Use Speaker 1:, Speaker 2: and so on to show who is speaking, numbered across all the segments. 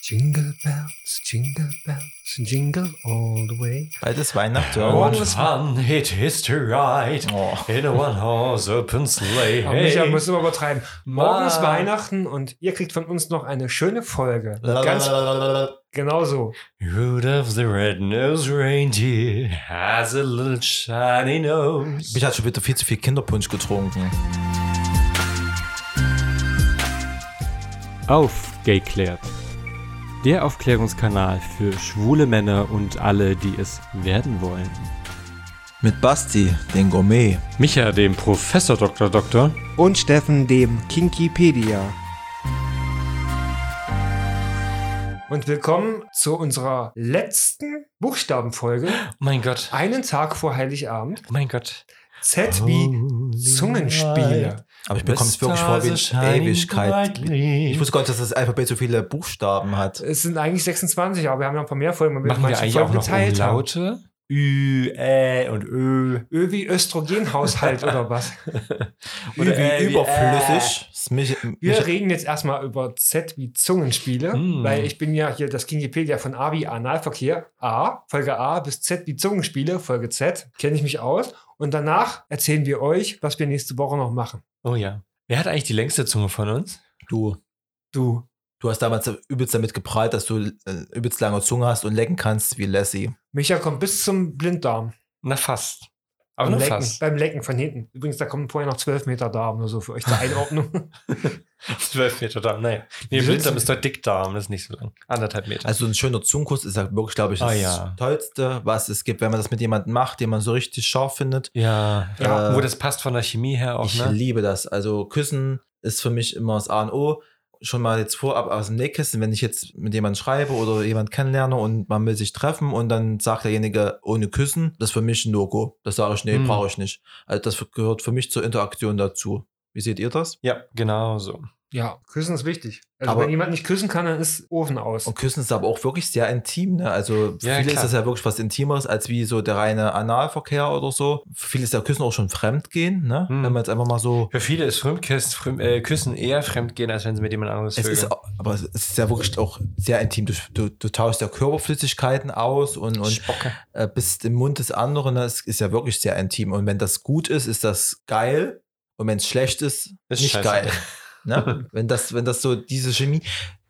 Speaker 1: Jingle bells, jingle bells, jingle all the way.
Speaker 2: Bald ist Weihnachten.
Speaker 3: One
Speaker 2: Oh,
Speaker 3: fun it is to ride in a one horse open sleigh.
Speaker 1: Aber Micha, müssen wir übertreiben. Morgen ist
Speaker 3: Mann.
Speaker 1: Weihnachten und ihr kriegt von uns noch eine schöne Folge. Ganz genau so.
Speaker 3: Rudolph the red-nosed reindeer has a little shiny nose.
Speaker 2: ich hatte schon wieder viel zu viel Kinderpunsch getrunken.
Speaker 4: Aufgeklärt. Der Aufklärungskanal für schwule Männer und alle, die es werden wollen.
Speaker 2: Mit Basti, den Gourmet.
Speaker 4: Micha, dem Professor Dr. Doktor.
Speaker 5: Und Steffen, dem Kinkipedia.
Speaker 1: Und willkommen zu unserer letzten Buchstabenfolge.
Speaker 3: Oh mein Gott,
Speaker 1: Einen Tag vor Heiligabend.
Speaker 3: oh mein Gott.
Speaker 1: Z wie Zungenspiele.
Speaker 2: Aber ich bekomme es wirklich vor wie eine Ewigkeit. Ich wusste gar nicht, dass das Alphabet so viele Buchstaben hat.
Speaker 1: Es sind eigentlich 26, aber wir haben noch ein paar mehr Folgen, weil
Speaker 3: Machen wir
Speaker 1: manche
Speaker 3: eigentlich auch noch um
Speaker 1: geteilt
Speaker 3: Umlaute? Ü, Ä und Ö.
Speaker 1: haben. Ö wie Östrogenhaushalt oder was?
Speaker 3: Oder
Speaker 2: Ü
Speaker 3: Ä
Speaker 2: wie
Speaker 3: wie äh,
Speaker 2: überflüssig. Das Mich,
Speaker 1: Wir
Speaker 2: mich,
Speaker 1: reden jetzt erstmal über Z wie Zungenspiele,
Speaker 3: Mm.
Speaker 1: weil ich bin ja hier das Kingipedia von A wie Analverkehr. A, Folge A bis Z wie Zungenspiele, Folge Z, kenne ich mich aus. Und danach erzählen wir euch, was wir nächste Woche noch machen.
Speaker 3: Oh ja. Wer hat eigentlich die längste Zunge von uns?
Speaker 2: du,
Speaker 1: Du.
Speaker 2: du hast damals übelst damit geprallt, dass du äh, übelst lange Zunge hast und lecken kannst wie Lassie.
Speaker 1: Micha kommt bis zum Blinddarm.
Speaker 3: Na fast. Aber
Speaker 1: beim,
Speaker 3: nur
Speaker 1: Lecken,
Speaker 3: fast.
Speaker 1: beim Lecken von hinten. Übrigens, da kommen vorher noch 12 Meter Darm, nur so für euch zur Einordnung.
Speaker 3: 12 Meter Darm, naja. Nee, Blinddarm ist doch Dickdarm, das ist nicht so lang. Anderthalb Meter.
Speaker 2: Also ein schöner Zungenkuss ist ja wirklich, glaube ich, das
Speaker 3: Ah, ja.
Speaker 2: Tollste, was es gibt, wenn man das mit jemandem macht, den man so richtig scharf findet.
Speaker 3: ja, Äh,
Speaker 2: Ja.
Speaker 3: wo das passt von der Chemie her auch,
Speaker 2: ich
Speaker 3: ne?
Speaker 2: liebe das. Also Küssen ist für mich immer das A und O. Schon mal jetzt vorab aus dem Nähkästchen, wenn ich jetzt mit jemandem schreibe oder jemand kennenlerne und man will sich treffen und dann sagt derjenige ohne Küssen, das ist für mich ein No-Go. Das sage ich, nee,
Speaker 3: Hm.
Speaker 2: brauche ich nicht. Also das gehört für mich zur Interaktion dazu. Wie seht ihr das?
Speaker 3: Ja, genau so.
Speaker 1: ja, küssen ist wichtig. Also
Speaker 2: Aber-
Speaker 1: wenn jemand nicht küssen kann, dann ist Ofen aus.
Speaker 2: Und Küssen ist aber auch wirklich sehr intim. Ne? Also für
Speaker 3: Ja,
Speaker 2: viele ist
Speaker 3: klar.
Speaker 2: das ja wirklich was Intimeres als wie so der reine Analverkehr oder so. Für viele ist ja Küssen auch schon Fremdgehen, ne?
Speaker 3: Hm.
Speaker 2: wenn man jetzt einfach mal so.
Speaker 3: Für viele ist Fremdkiss, Frem, äh, Küssen eher fremdgehen, als wenn sie mit jemand anderes
Speaker 2: Es ist,
Speaker 3: vögeln.
Speaker 2: au- aber es ist ja wirklich auch sehr intim. Du, du, du tauschst ja Körperflüssigkeiten aus und, und
Speaker 3: Spocke.
Speaker 2: äh, bist im Mund des anderen. ne? Es ist ja wirklich sehr intim. Und wenn das gut ist, ist das geil. Und wenn es schlecht ist,
Speaker 3: Ist
Speaker 2: nicht
Speaker 3: scheiße.
Speaker 2: geil. Ne? wenn, das, wenn das so diese Chemie.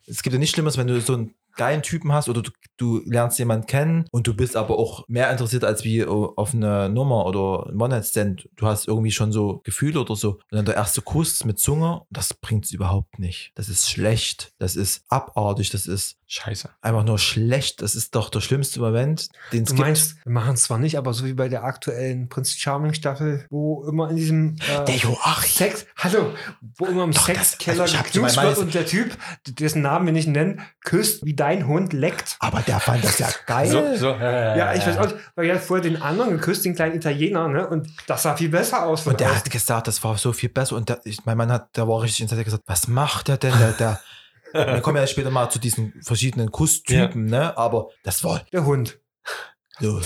Speaker 2: Es gibt ja nichts Schlimmes, wenn du so einen geilen Typen hast oder du, du lernst jemanden kennen und du bist aber auch mehr interessiert als wie oh, auf eine Nummer oder ein One-Night-Stand. Du hast irgendwie schon so Gefühle oder so. Und dann der erste Kuss mit Zunge, das bringt es überhaupt nicht. Das ist schlecht. Das ist abartig. Das ist
Speaker 3: Scheiße.
Speaker 2: einfach nur schlecht. Das ist doch der schlimmste Moment, den es
Speaker 1: Du
Speaker 2: gibt.
Speaker 1: meinst, wir machen es zwar nicht, aber so wie bei der aktuellen Prinz Charming Staffel, wo immer in diesem äh,
Speaker 2: Der Joachim.
Speaker 1: Sex, hallo, wo immer im
Speaker 2: Doch,
Speaker 1: Sexkeller
Speaker 2: das- also ich hab
Speaker 1: geknutscht
Speaker 2: schon mal-
Speaker 1: wird und der Typ, dessen Namen wir nicht nennen, küsst, wie dein Hund leckt.
Speaker 2: Aber der fand das ja geil.
Speaker 3: So, so. äh,
Speaker 1: Ja, ich weiß auch nicht, weil er hat vorher den anderen geküsst, den kleinen Italiener, ne? Und das sah viel besser aus. von
Speaker 2: Und der
Speaker 1: außen.
Speaker 2: hat gesagt, das war so viel besser. Und der, ich, mein Mann hat, der war richtig interessiert, gesagt, was macht der denn? Der, der, wir kommen ja später mal zu diesen verschiedenen Kusstypen, ne? Aber das war
Speaker 1: der Hund.
Speaker 2: so,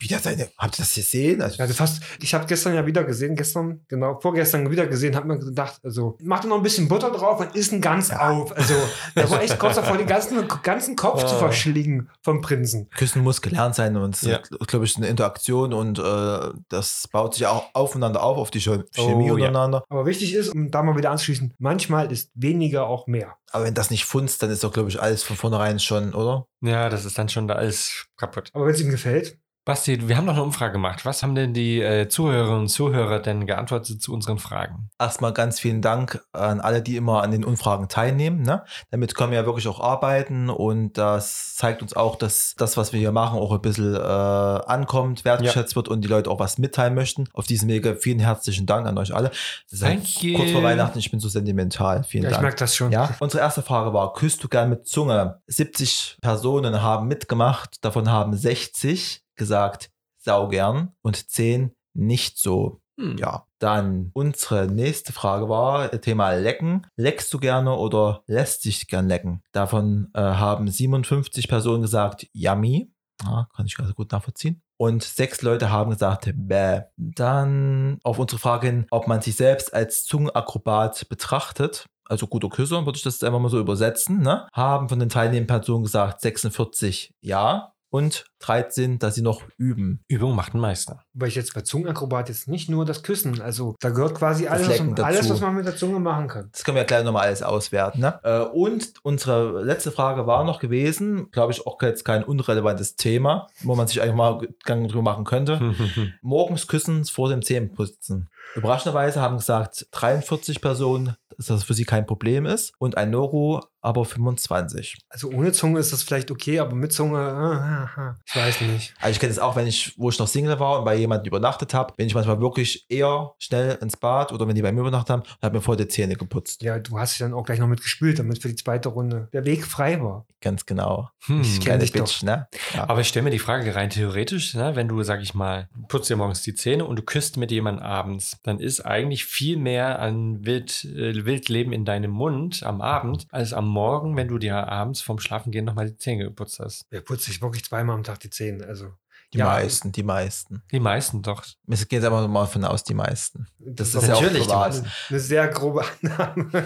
Speaker 2: wieder seine. Habt ihr das gesehen? Also,
Speaker 1: Also fast, ich habe gestern ja wieder gesehen, gestern, genau, vorgestern wieder gesehen, hat mir gedacht, also, mach doch noch ein bisschen Butter drauf und isst ihn ganz auf. Also, der war echt kurz davor, den ganzen, ganzen Kopf zu
Speaker 2: Äh.
Speaker 3: Oh.
Speaker 1: verschlingen vom Prinzen.
Speaker 2: Küssen muss gelernt sein und es
Speaker 3: Ja.
Speaker 2: ist, glaube ich, eine Interaktion und äh, das baut sich auch aufeinander auf, auf die Chem-
Speaker 3: Oh,
Speaker 2: Chemie
Speaker 3: ja.
Speaker 2: untereinander.
Speaker 1: Aber wichtig ist, um da mal wieder anzuschließen, manchmal ist weniger auch mehr.
Speaker 2: Aber wenn das nicht funzt, dann ist doch, glaube ich, alles von vornherein schon, oder?
Speaker 3: Ja, das ist dann schon da alles kaputt.
Speaker 1: Aber wenn es ihm gefällt,
Speaker 3: Basti, wir haben noch eine Umfrage gemacht. Was haben denn die äh, Zuhörerinnen und Zuhörer denn geantwortet zu unseren Fragen?
Speaker 2: erstmal ganz vielen Dank an alle, die immer an den Umfragen teilnehmen. Ne? Damit können wir ja wirklich auch arbeiten und das zeigt uns auch, dass das, was wir hier machen, auch ein bisschen äh, ankommt, wertgeschätzt wird und die Leute auch was mitteilen möchten. Auf diesem Wege vielen herzlichen Dank an euch alle. Das ist
Speaker 3: Thank you.
Speaker 2: kurz vor Weihnachten, ich bin so sentimental. Vielen
Speaker 1: ja, ich
Speaker 2: Dank.
Speaker 1: merke das schon.
Speaker 2: Ja, unsere erste Frage war, küsst du gern mit Zunge? 70 Personen haben mitgemacht, davon haben 60 gesagt, sau gern und 10 nicht so.
Speaker 3: Hm.
Speaker 2: Ja, dann unsere nächste Frage war äh, Thema Lecken. Leckst du gerne oder lässt dich gern lecken? Davon äh, haben 57 Personen gesagt, yummy. Ja, kann ich also gut nachvollziehen. Und sechs Leute haben gesagt, bäh. Dann auf unsere Frage hin, ob man sich selbst als Zungenakrobat betrachtet, also guter Küsser, würde ich das einfach mal so übersetzen, ne? haben von den teilnehmenden Personen gesagt 46 ja und 13, dass sie noch üben.
Speaker 3: Übung macht einen Meister.
Speaker 1: Weil ich jetzt bei Zungenakrobat jetzt nicht nur das Küssen, also da gehört quasi
Speaker 2: Das
Speaker 1: alles, was,
Speaker 2: Lecken
Speaker 1: alles,
Speaker 2: dazu.
Speaker 1: was man mit der Zunge machen kann.
Speaker 2: Das können wir ja gleich nochmal alles auswerten. Ne? Äh, Und unsere letzte Frage war noch gewesen, glaube ich, auch jetzt kein unrelevantes Thema, wo man sich eigentlich mal Gedanken drüber machen könnte. Morgens küssen vor dem Zähnenputzen. Überraschenderweise haben gesagt 43 Personen, dass das für sie kein Problem ist und ein Neuro aber 25.
Speaker 1: Also ohne Zunge ist das vielleicht okay, aber mit Zunge, äh, äh, äh, ich weiß nicht.
Speaker 2: Also ich kenne das auch, wenn ich, wo ich noch Single war und bei jemandem übernachtet habe, bin ich manchmal wirklich eher schnell ins Bad oder wenn die bei mir übernachtet haben, habe mir vor die Zähne geputzt.
Speaker 1: Ja, du hast dich dann auch gleich noch mit gespült, damit für die zweite Runde der Weg frei war.
Speaker 2: Ganz genau.
Speaker 1: Ich kenn
Speaker 2: Kleine
Speaker 1: dich doch.
Speaker 2: Bitch, ne? Ja.
Speaker 3: Aber ich stelle mir die Frage rein theoretisch, ne, wenn du, sag ich mal, du putzt dir morgens die Zähne und du küsst mit jemandem abends, dann ist eigentlich viel mehr an Wild, äh, Wildleben in deinem Mund am Abend, als am Morgen, wenn du dir abends vorm Schlafengehen nochmal die Zähne geputzt hast.
Speaker 1: Der putzt sich wirklich zweimal am Tag die Zähne. Also
Speaker 2: Die
Speaker 1: Ja.
Speaker 2: meisten, die meisten.
Speaker 3: Die meisten doch.
Speaker 2: Es geht aber mal von aus, die meisten. Das ist ja auch
Speaker 1: natürlich
Speaker 2: privat.
Speaker 1: eine, eine sehr grobe Annahme.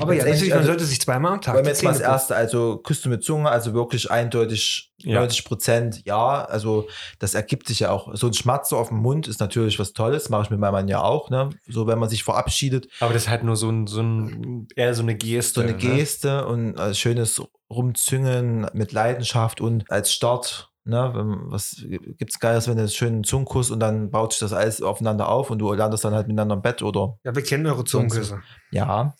Speaker 1: Aber ja,
Speaker 2: Letztendlich,
Speaker 1: natürlich, man
Speaker 2: also-
Speaker 1: sollte sich zweimal am Tag
Speaker 2: Wenn
Speaker 1: die
Speaker 2: wir jetzt mal das
Speaker 1: Zähne putzen.
Speaker 2: erste, also Küste mit Zunge, also wirklich eindeutig
Speaker 3: Ja.
Speaker 2: 90 Prozent, ja, also das ergibt sich ja auch. So ein Schmatzer auf dem Mund ist natürlich was Tolles, mache ich mit meinem Mann ja auch, ne? So, wenn man sich verabschiedet,
Speaker 3: Aber das ist halt nur so ein, so ein eher so eine Geste.
Speaker 2: so eine
Speaker 3: ne?
Speaker 2: Geste und äh, schönes Rumzüngen mit Leidenschaft und als Start. Ne, wenn- was gibt's Geiles, wenn du einen schönen Zungenkuss und dann baut sich das alles aufeinander auf und du landest dann halt miteinander im Bett oder
Speaker 1: Ja, wir kennen eure Zungenküsse.
Speaker 2: ja.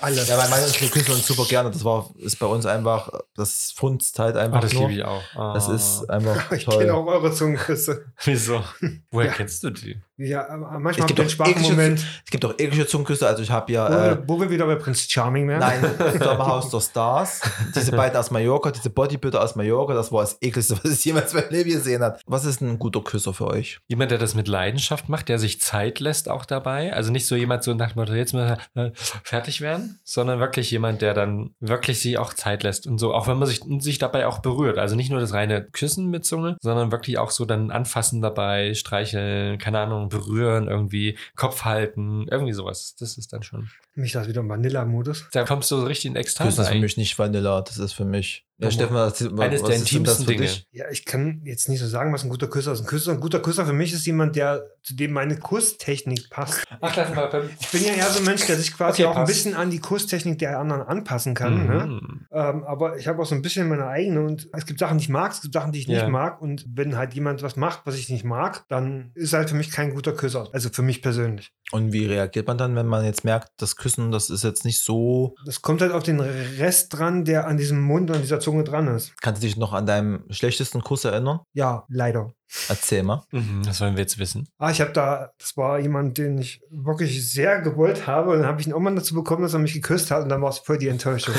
Speaker 1: Alle.
Speaker 2: Ja, mein Mann und ich küssen uns super gerne. Das war, ist bei uns einfach, das funzt halt einfach.
Speaker 3: Ah, das
Speaker 2: nur.
Speaker 3: liebe ich auch. Ah.
Speaker 2: Das ist einfach
Speaker 1: Ich
Speaker 2: toll.
Speaker 1: kenne auch eure Zungenküsse.
Speaker 3: Wieso? Woher
Speaker 1: Ja.
Speaker 3: kennst du die?
Speaker 1: Ja, aber
Speaker 2: Es
Speaker 1: manchmal habt
Speaker 2: gibt
Speaker 1: ihr einen
Speaker 2: doch
Speaker 1: schwachen
Speaker 2: eklige
Speaker 1: Moment,
Speaker 2: Es gibt auch eklige Zungenküsse. Also ich habe
Speaker 1: wo,
Speaker 2: ja, äh,
Speaker 1: wir- wo wir wieder bei Prinz Charming wären.
Speaker 2: nein, Sommerhaus der Stars. Diese beiden aus Mallorca, diese Bodybuilder aus Mallorca, das war das ekligste, was ich jemals in meinem Leben gesehen habe. Was ist ein guter Küsser für euch?
Speaker 3: Jemand, der das mit Leidenschaft macht, der sich Zeit lässt auch dabei. Also nicht so jemand so nach dem Motto, jetzt mal äh, fertig werden, sondern wirklich jemand, der dann wirklich sie auch Zeit lässt und so, auch wenn man sich, und sich dabei auch berührt. Also nicht nur das reine Küssen mit Zunge, sondern wirklich auch so dann anfassen dabei, streicheln, keine Ahnung, berühren irgendwie, Kopf halten, irgendwie sowas. Das ist dann schon.
Speaker 1: Mich das wieder im Vanilla-Modus.
Speaker 3: Da kommst du so richtig in
Speaker 2: Küssen
Speaker 3: Ekstase
Speaker 2: ist für
Speaker 3: eigentlich.
Speaker 2: mich nicht Vanilla, das ist für mich. Ja,
Speaker 3: Nochmal.
Speaker 2: Steffen, was,
Speaker 3: Eines
Speaker 2: was
Speaker 3: der
Speaker 2: ist denn das
Speaker 3: intimsten
Speaker 2: für
Speaker 3: Dinge.
Speaker 2: dich?
Speaker 1: Ja, ich kann jetzt nicht so sagen, was ein guter Küsser ist. Ein, Küsser, ein guter Küsser für mich ist jemand, der zu dem meine Kusstechnik passt.
Speaker 3: Ach, lass mal beim
Speaker 1: Ich bin ja eher so ein Mensch, der sich quasi
Speaker 3: Okay,
Speaker 1: auch ein
Speaker 3: passt.
Speaker 1: bisschen an die Kusstechnik der anderen anpassen kann. Ne?
Speaker 3: Mhm.
Speaker 1: Ähm, aber ich habe auch so ein bisschen meine eigene und es gibt Sachen, die ich mag, es gibt Sachen, die ich nicht
Speaker 3: Ja.
Speaker 1: mag und wenn halt jemand was macht, was ich nicht mag, dann ist halt für mich kein guter Küsser. Also für mich persönlich.
Speaker 2: Und wie reagiert man dann, wenn man jetzt merkt, das Küssen, das ist jetzt nicht so.
Speaker 1: Das kommt halt auf den Rest dran, der an diesem Mund, an dieser Zunge dran ist.
Speaker 2: Kannst du dich noch an deinem schlechtesten Kuss erinnern?
Speaker 1: Ja, leider.
Speaker 2: Erzähl mal.
Speaker 3: Mhm, das wollen wir jetzt wissen.
Speaker 1: Ah, ich habe da, das war jemand, den ich wirklich sehr gewollt habe und dann habe ich ihn irgendwann dazu bekommen, dass er mich geküsst hat und dann war es voll die Enttäuschung.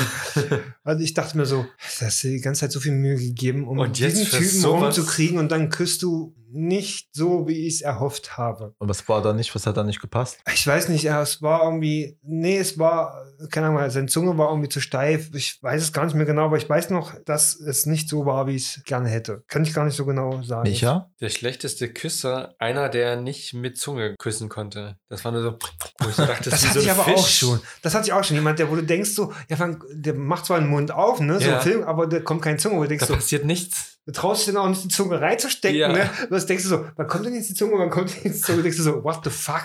Speaker 1: also ich dachte mir so, das hast du die ganze Zeit so viel Mühe gegeben, um
Speaker 3: Und jetzt
Speaker 1: diesen
Speaker 3: für
Speaker 1: Typen
Speaker 3: sowas?
Speaker 1: rumzukriegen und dann küsst du nicht so, wie ich es erhofft habe.
Speaker 2: Und was war da nicht? Was hat da nicht gepasst?
Speaker 1: Ich weiß nicht, ja, es war irgendwie, nee, es war, keine Ahnung, seine Zunge war irgendwie zu steif. Ich weiß es gar nicht mehr genau, aber ich weiß noch, dass es nicht so war, wie ich es gerne hätte. Kann ich gar nicht so genau sagen.
Speaker 2: Micha?
Speaker 3: Der schlechteste Küsser, einer, der nicht mit Zunge küssen konnte. Das war nur so, wo ich dachte,
Speaker 1: Das
Speaker 3: ist wie
Speaker 1: hatte
Speaker 3: so
Speaker 1: ich
Speaker 3: ein
Speaker 1: aber
Speaker 3: Fisch.
Speaker 1: auch schon. Das hatte ich auch schon. Jemand, der, wo du denkst, so, ja, fang, der macht zwar den Mund auf, ne, so
Speaker 3: Ja.
Speaker 1: ein Film, aber da kommt keine Zunge. Wo du
Speaker 3: Da
Speaker 1: denkst, so,
Speaker 3: passiert nichts.
Speaker 1: du traust dich dann auch nicht, die Zunge reinzustecken,
Speaker 3: Ja.
Speaker 1: ne? Was denkst du so, wann kommt denn jetzt die Zunge, wann kommt denn jetzt die Zunge? Denkst du so, what the fuck?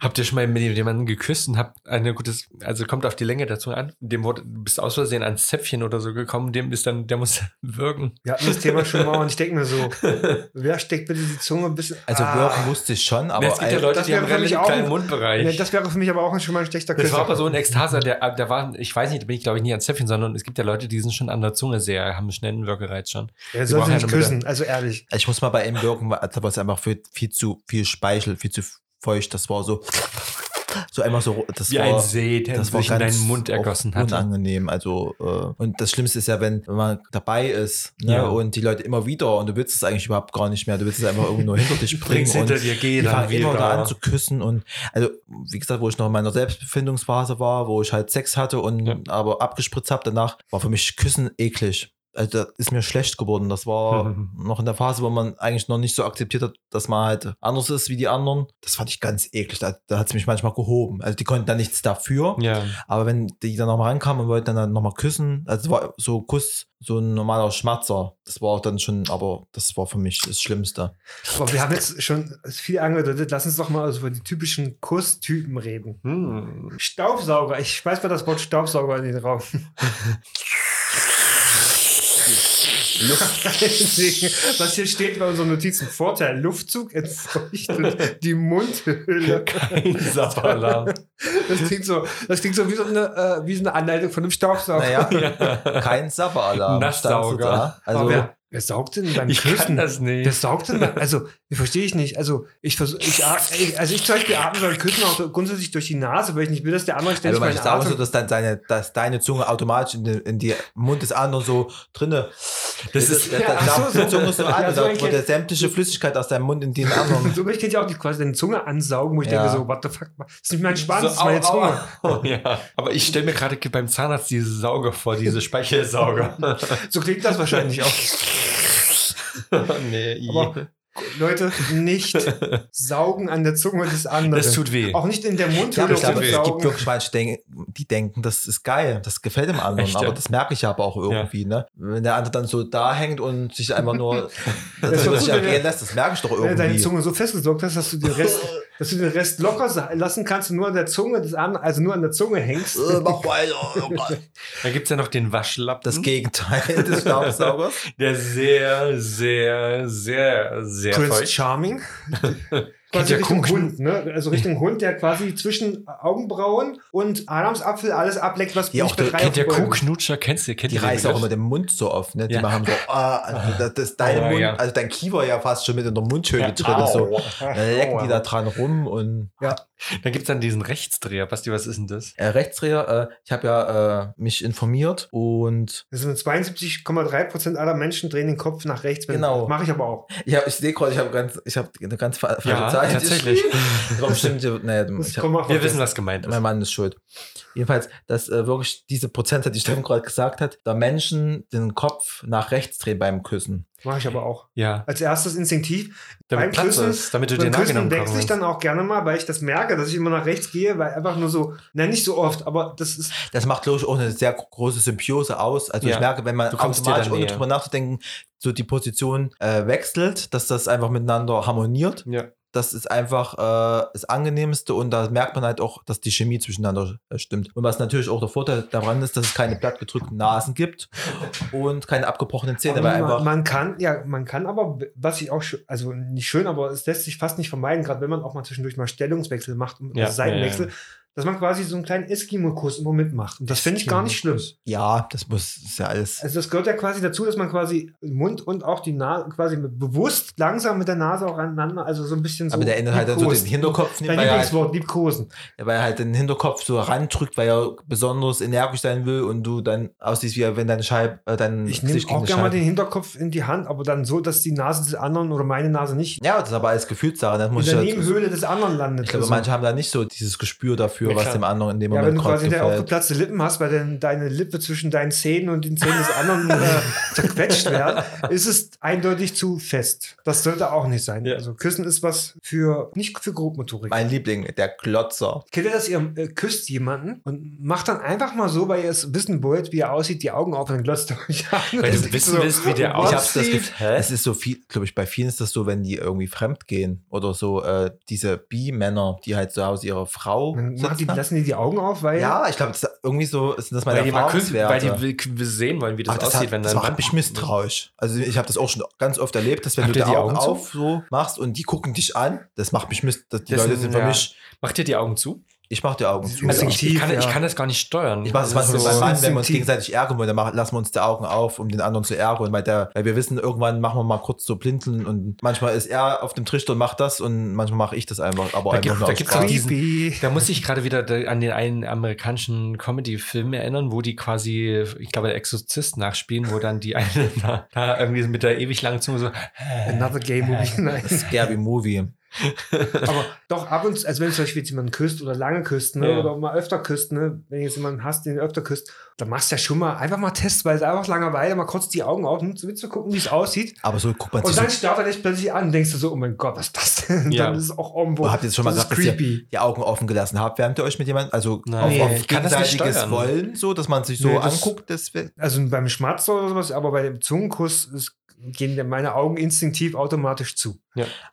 Speaker 3: Habt ihr schon mal mit jemandem geküsst und habt eine gutes, also kommt auf die Länge der Zunge an. Dem wurde, du bist aus Versehen ans Zäpfchen oder so gekommen, dem ist dann, der muss wirken.
Speaker 1: Wir hatten das Thema schon mal und ich denke mir so, wer steckt bitte die Zunge bis.
Speaker 2: Also
Speaker 1: Ah.
Speaker 2: wirken wusste ich schon, aber
Speaker 3: es gibt ja
Speaker 2: ein-
Speaker 3: Leute,
Speaker 1: das
Speaker 3: die
Speaker 1: wäre
Speaker 3: haben
Speaker 1: für mich
Speaker 3: relativ
Speaker 1: auch
Speaker 3: kleinen
Speaker 1: ein-
Speaker 3: Mundbereich.
Speaker 1: Ja, das wäre für mich aber auch schon mal ein schlechter
Speaker 3: Das
Speaker 1: Küsser.
Speaker 3: war aber so ein Ekstaser, der, der war, ich weiß nicht, da bin ich glaube ich nie an Zäpfchen, sondern es gibt ja Leute, die sind schon an der Zunge sehr, haben einen schnellen Wirkereiz schon.
Speaker 1: Er soll sie nicht
Speaker 3: Überhaupt nicht.
Speaker 1: küssen, also ehrlich.
Speaker 2: ich muss mal bei ihm wirken, weil da war es einfach viel, viel zu viel Speichel, viel zu feucht. Das war so, so einmal so, das
Speaker 3: Wie
Speaker 2: war,
Speaker 3: ein See, der
Speaker 2: das war
Speaker 3: sich in
Speaker 2: ganz
Speaker 3: deinen Mund ergossen
Speaker 2: auch
Speaker 3: hat.
Speaker 2: unangenehm. Also äh, und das Schlimmste ist ja, wenn man dabei ist ne,
Speaker 3: Ja.
Speaker 2: und die Leute immer wieder und du willst es eigentlich überhaupt gar nicht mehr. Du willst es einfach irgendwo nur hinter dich bringen
Speaker 3: Bring's hinter
Speaker 2: und
Speaker 3: dir, geh
Speaker 2: die
Speaker 3: dann
Speaker 2: fangen immer
Speaker 3: wieder.
Speaker 2: da an zu küssen und also wie gesagt, wo ich noch in meiner Selbstbefindungsphase war, wo ich halt Sex hatte und
Speaker 3: Ja.
Speaker 2: aber abgespritzt habe, danach war für mich Küssen eklig. also da ist mir schlecht geworden. Das war
Speaker 3: Mhm.
Speaker 2: noch in der Phase, wo man eigentlich noch nicht so akzeptiert hat, dass man halt anders ist wie die anderen. Das fand ich ganz eklig. Da, da hat es mich manchmal gehoben. Also die konnten da nichts dafür.
Speaker 3: Ja.
Speaker 2: Aber wenn die dann nochmal rankamen und wollten dann nochmal küssen, also es war so Kuss, so ein normaler Schmatzer. Das war auch dann schon, aber das war für mich das Schlimmste.
Speaker 1: Aber wir haben jetzt schon viel angedeutet. Lass uns doch mal also über die typischen Kusstypen reden.
Speaker 3: Hm.
Speaker 1: Staubsauger. Ich weiß mal das Wort Staubsauger in den Raum. Deswegen, Was hier steht bei unseren Notizen. Vorteil, Luftzug entfeuchtet die Mundhöhle.
Speaker 3: Kein Sappalarm.
Speaker 1: Das klingt so, das klingt so wie, so eine, äh, wie so eine Anleitung von einem Staubsauger.
Speaker 2: Naja, kein Sabberalarm.
Speaker 3: Nasssauger.
Speaker 2: standst du da.
Speaker 1: Aber
Speaker 2: Also,
Speaker 1: wer, wer saugt denn beim
Speaker 3: Ich kann
Speaker 1: Küssen?
Speaker 3: das nicht.
Speaker 1: Wer saugt denn? da- Also, ich verstehe ich nicht. Also, ich versuche, ich, at- ich- also ich zum Beispiel atme beim Küssen auch so grundsätzlich durch die Nase, weil ich nicht will, dass der andere
Speaker 2: Also
Speaker 1: ständig
Speaker 2: man
Speaker 1: meine
Speaker 2: ist auch so,
Speaker 1: Atem...
Speaker 2: dass, dann deine, dass deine Zunge automatisch in den, in die Mund des anderen so drinne.
Speaker 3: Das ist-
Speaker 2: da,
Speaker 1: ja,
Speaker 2: da,
Speaker 1: ach
Speaker 2: da,
Speaker 1: so, so.
Speaker 2: die Zunge ist so an,
Speaker 1: Ja, so
Speaker 2: da
Speaker 1: ein
Speaker 2: wird ja sämtliche Flüssigkeit aus deinem Mund in den anderen.
Speaker 1: So möchte ich ja auch die quasi deine Zunge ansaugen, wo ich
Speaker 2: Ja.
Speaker 1: denke so, what the fuck, das ist nicht mein Schwanz, das ist
Speaker 3: au,
Speaker 1: meine
Speaker 3: au,
Speaker 1: Zunge.
Speaker 3: au. Ja. Aber ich stelle mir gerade beim Zahnarzt diese Sauger vor, diese Speichelsauger.
Speaker 1: So klingt das wahrscheinlich auch.
Speaker 3: nee,
Speaker 1: Aber Leute, nicht saugen an der Zunge des anderen.
Speaker 3: das tut weh.
Speaker 1: auch nicht in der
Speaker 2: Ja, aber
Speaker 1: Mundhöhle
Speaker 2: ich glaube, es gibt
Speaker 1: rumsaugen.
Speaker 2: wirklich manche, denk- die denken, das ist geil, das gefällt dem anderen,
Speaker 3: Echt, ja?
Speaker 2: aber das merke ich aber auch irgendwie, ne? Wenn der andere dann so da hängt und sich einfach nur
Speaker 1: ist doch
Speaker 2: also sich
Speaker 1: gut, wenn
Speaker 2: ergehen
Speaker 1: er-
Speaker 2: lässt, das merke ich doch
Speaker 1: Wenn du äh, deine
Speaker 2: irgendwie.
Speaker 1: Zunge so festgesaugt hast, dass du den Rest, dass du den Rest locker sa- lassen kannst und nur an der Zunge des anderen, also nur an der Zunge hängst.
Speaker 2: Äh, mach weiter. oh Gott.
Speaker 3: Da gibt es ja noch den Waschlappen.
Speaker 2: Das Gegenteil des Staubsaugers.
Speaker 3: Der sehr, sehr, sehr, sehr
Speaker 1: Prince
Speaker 3: feucht.
Speaker 1: Charming.
Speaker 3: Kennt
Speaker 1: quasi
Speaker 3: ihr
Speaker 1: Richtung
Speaker 3: Kuchen?
Speaker 1: Hund, ne? Also Richtung Hund, der quasi zwischen Augenbrauen und Adamsapfel alles ableckt, was
Speaker 2: Ja,
Speaker 1: nicht
Speaker 2: auch der-
Speaker 1: begreift
Speaker 3: Kennt ihr
Speaker 1: wurde.
Speaker 3: Kuhknutscher? Kennst du, kennt
Speaker 2: Die
Speaker 3: ihr den
Speaker 2: reißen auch
Speaker 3: Begriff?
Speaker 2: immer den Mund so auf, ne? Die
Speaker 3: Ja.
Speaker 2: machen so, ah, also das, das ist dein
Speaker 3: Aua,
Speaker 2: Mund,
Speaker 3: ja.
Speaker 2: also dein Kiefer ja fast schon mit in der Mundhöhle
Speaker 3: Ja, genau. Oh,
Speaker 2: drin. ist So.
Speaker 3: au.
Speaker 2: Dann lecken
Speaker 3: oh.
Speaker 2: die da dran rum und
Speaker 3: Da gibt es dann diesen Rechtsdreher. Basti, was ist denn das?
Speaker 2: äh, Rechtsdreher, äh, ich habe ja äh, mich informiert und
Speaker 1: Also 72,3% aller Menschen drehen den Kopf nach rechts. wenn-
Speaker 2: Genau.
Speaker 1: Mache ich aber auch.
Speaker 2: ja, ich sehe gerade, ich habe ganz, ich habe eine ganz fa- falsche
Speaker 3: Ja,
Speaker 2: Zeit.
Speaker 3: tatsächlich.
Speaker 2: Ich, warum stimmt die- nee,
Speaker 1: Das
Speaker 2: ich hab,
Speaker 1: kommt auch
Speaker 3: Wir
Speaker 1: noch
Speaker 3: wissen, was gemeint ist.
Speaker 2: mein Mann ist schuld. Jedenfalls, dass äh, wirklich diese Prozentzahl, die Steffen gerade gesagt hat, da Menschen den Kopf nach rechts drehen beim Küssen.
Speaker 1: jetzt. Mache ich aber auch.
Speaker 3: Ja,
Speaker 1: Als erstes instinktiv.
Speaker 3: damit
Speaker 1: Beim
Speaker 3: Platz
Speaker 1: Küssen-
Speaker 3: ist, damit du dir
Speaker 1: Beim Küssen
Speaker 3: nahegenommen
Speaker 1: wechsle ich
Speaker 3: kommst.
Speaker 1: dann auch gerne mal, weil ich das merke, dass ich immer nach rechts gehe, weil einfach nur so, nein, nicht so oft, aber das ist
Speaker 2: Das macht logisch auch eine sehr gro- große Symbiose aus. Also
Speaker 3: Ja.
Speaker 2: ich merke, wenn man
Speaker 3: Du kommst dir
Speaker 2: automatisch,
Speaker 3: dann
Speaker 2: ohne
Speaker 3: näher.
Speaker 2: drüber nachzudenken, so die Position äh, wechselt, dass das einfach miteinander harmoniert.
Speaker 3: Ja.
Speaker 2: Das ist einfach äh, das Angenehmste und da merkt man halt auch, dass die Chemie zwischeneinander äh, stimmt. Und was natürlich auch der Vorteil daran ist, dass es keine plattgedrückten Nasen gibt und keine abgebrochenen Zähne,
Speaker 1: Aber
Speaker 2: weil
Speaker 1: man,
Speaker 2: einfach
Speaker 1: man kann, ja, man kann aber, was ich auch, schö- also nicht schön, aber es lässt sich fast nicht vermeiden, gerade wenn man auch mal zwischendurch mal Stellungswechsel macht, und
Speaker 3: Ja,
Speaker 1: also Seitenwechsel,
Speaker 3: ja,
Speaker 1: dass man quasi so einen kleinen Eskimo-Kuss immer mitmacht. Und das finde ich gar nicht schlimm.
Speaker 2: ja, das muss ist ja alles.
Speaker 1: Also das gehört ja quasi dazu, dass man quasi Mund und auch die Nase quasi mit, bewusst langsam mit der Nase auch aneinander, also so ein bisschen so.
Speaker 2: Aber der endet halt dann so den
Speaker 1: liebkost.
Speaker 2: Hinterkopf, nimmt,
Speaker 1: Dein
Speaker 2: weil er, halt,
Speaker 1: Lieblingswort, liebkosen.
Speaker 2: weil er halt den Hinterkopf so randrückt, weil er besonders energisch sein will und du dann aussiehst, wie wenn deine Scheibe, äh, dein
Speaker 1: Ich nehme
Speaker 2: Gesicht gegen
Speaker 1: auch
Speaker 2: die
Speaker 1: gerne mal
Speaker 2: Scheibe-
Speaker 1: den Hinterkopf in die Hand, aber dann so, dass die Nase des anderen oder meine Nase nicht
Speaker 2: Ja, das ist aber alles Gefühlssache. Das
Speaker 1: in
Speaker 2: muss ich,
Speaker 1: der
Speaker 2: dazu sagen.
Speaker 1: Nebenhöhle des anderen landet.
Speaker 2: ich glaube,
Speaker 1: Also-
Speaker 2: manche haben da nicht so dieses Gespür dafür,
Speaker 3: Ja,
Speaker 2: was
Speaker 3: klar.
Speaker 2: dem anderen in dem
Speaker 1: Ja, wenn
Speaker 2: Moment
Speaker 1: du
Speaker 2: gerade
Speaker 1: quasi der
Speaker 2: gefällt.
Speaker 1: aufgeplatzte Lippen hast, weil dann deine Lippe zwischen deinen Zähnen und den Zähnen des anderen äh, zerquetscht werden, ist es eindeutig zu fest. Das sollte auch nicht sein.
Speaker 3: Ja.
Speaker 1: Also Küssen ist was für, nicht für Grobmotorik.
Speaker 2: Mein Liebling, der Klotzer.
Speaker 1: Kennt ihr das, ihr äh, küsst jemanden und macht dann einfach mal so, weil ihr es wissen wollt, wie er aussieht, die Augen auf und dann glotzt er euch an.
Speaker 3: Weil
Speaker 1: Das
Speaker 3: du
Speaker 1: ist
Speaker 3: wissen willst, wie der
Speaker 1: what
Speaker 2: Ich hab's das
Speaker 1: the-
Speaker 2: Gefühl, es ist so viel, glaube ich, bei vielen ist das so, wenn die irgendwie fremd gehen oder so äh, diese Bi-Männer, die halt zu Hause ihre Frau
Speaker 1: Dann machen die,
Speaker 2: sitzen haben.
Speaker 1: lassen die die Augen auf, weil
Speaker 2: Ja, ich glaube, das ist irgendwie so sind das meine
Speaker 3: weil, die mal küssen, weil
Speaker 2: Erfahrungswerte.
Speaker 3: die will- k- wir sehen wollen, wie das,
Speaker 2: Aber das,
Speaker 3: aussieht,
Speaker 2: hat,
Speaker 3: wenn
Speaker 2: das
Speaker 3: dann
Speaker 2: macht mich misstrauisch. Also ich habe das auch schon ganz oft erlebt, dass wenn
Speaker 3: ne? Habt
Speaker 2: du
Speaker 3: ihr
Speaker 2: die
Speaker 3: die
Speaker 2: Augen,
Speaker 3: Augen zu?
Speaker 2: auf so machst und die gucken dich an, das macht mich misst. Die
Speaker 3: Das
Speaker 2: Leute
Speaker 3: sind-
Speaker 2: sind für
Speaker 3: ja.
Speaker 2: mich,
Speaker 3: Macht ihr die Augen zu?
Speaker 2: ich mache die Augen
Speaker 1: Also
Speaker 2: zu.
Speaker 3: Also ich, ich,
Speaker 1: Instinktiv,
Speaker 3: kann, ich
Speaker 1: ja.
Speaker 3: kann das gar nicht steuern.
Speaker 2: Ich mache das manchmal mit
Speaker 1: so
Speaker 2: meinem Mann, wenn wir uns
Speaker 1: instinktiv.
Speaker 2: gegenseitig ärgern wollen, dann machen, lassen wir uns die Augen auf, um den anderen zu ärgern, weil, der, weil wir wissen, irgendwann machen wir mal kurz so blinzeln und manchmal ist er auf dem Trichter und macht das und manchmal mache ich das einfach. Aber
Speaker 3: Da
Speaker 2: einfach
Speaker 3: gibt-
Speaker 2: nur
Speaker 3: da
Speaker 2: aus
Speaker 3: gibt's
Speaker 2: Spaß.
Speaker 3: auch die-
Speaker 1: creepy.
Speaker 3: Da muss ich gerade wieder da- an den einen amerikanischen Comedy-Film erinnern, wo die quasi, ich glaube, der Exorzist nachspielen, wo dann die eine da, da irgendwie mit der ewig langen Zunge so,
Speaker 1: Another gay movie. Nein.
Speaker 2: Scary Movie.
Speaker 1: Aber doch ab und zu, also wenn du zum Beispiel jetzt jemanden küsst oder lange küsst, ne,
Speaker 3: Ja.
Speaker 1: oder auch mal öfter küsst, ne, wenn du jetzt jemanden hast, den du öfter küsst, dann machst du ja schon mal einfach mal testweise, einfach Langeweile, mal kurz die Augen auf, um zu zu gucken, wie es aussieht.
Speaker 2: Aber so guckt man sich
Speaker 1: Und dann
Speaker 2: so.
Speaker 1: starrt er dich plötzlich an und denkst du so, oh mein Gott, was ist das denn?
Speaker 3: Ja.
Speaker 1: Dann ist es auch irgendwo.
Speaker 2: Oh, habt ihr jetzt schon mal
Speaker 1: das ist
Speaker 2: gesagt, dass ihr-
Speaker 1: creepy.
Speaker 2: Die Augen offen gelassen habt. Wärmt ihr euch mit jemandem? Also
Speaker 3: Nein.
Speaker 2: auf,
Speaker 1: Nee,
Speaker 2: auf
Speaker 3: ich kann das nicht
Speaker 2: gegenseitiges
Speaker 3: steuern.
Speaker 2: Wollen, so, dass man sich so
Speaker 1: Nee, das-
Speaker 2: anguckt? Das wär-
Speaker 1: Also beim Schmatzer oder sowas, aber bei dem Zungenkuss ist, gehen meine Augen instinktiv automatisch zu.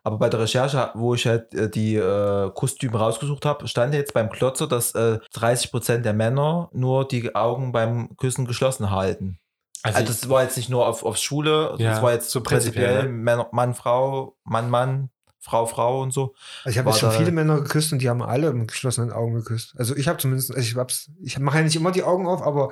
Speaker 2: aber bei der Recherche, wo ich halt äh, die äh, Kostüme rausgesucht habe, stand ja jetzt beim Klotzer, dass äh, 30% der Männer nur die Augen beim Küssen geschlossen halten.
Speaker 3: "Ah,
Speaker 2: Also, das war jetzt nicht nur auf, auf Schule,
Speaker 3: Ja,
Speaker 2: das war jetzt
Speaker 3: so
Speaker 2: so
Speaker 3: prinzipiell, ne?
Speaker 2: prinzipiell, Männer- Mann, Frau, Mann, Mann, Frau, Frau und so.
Speaker 1: Also ich habe
Speaker 2: War
Speaker 1: jetzt schon
Speaker 2: da-
Speaker 1: viele Männer geküsst und die haben alle mit geschlossenen Augen geküsst. Also ich habe zumindest, also ich, hab's- ich mache ja nicht immer die Augen auf, aber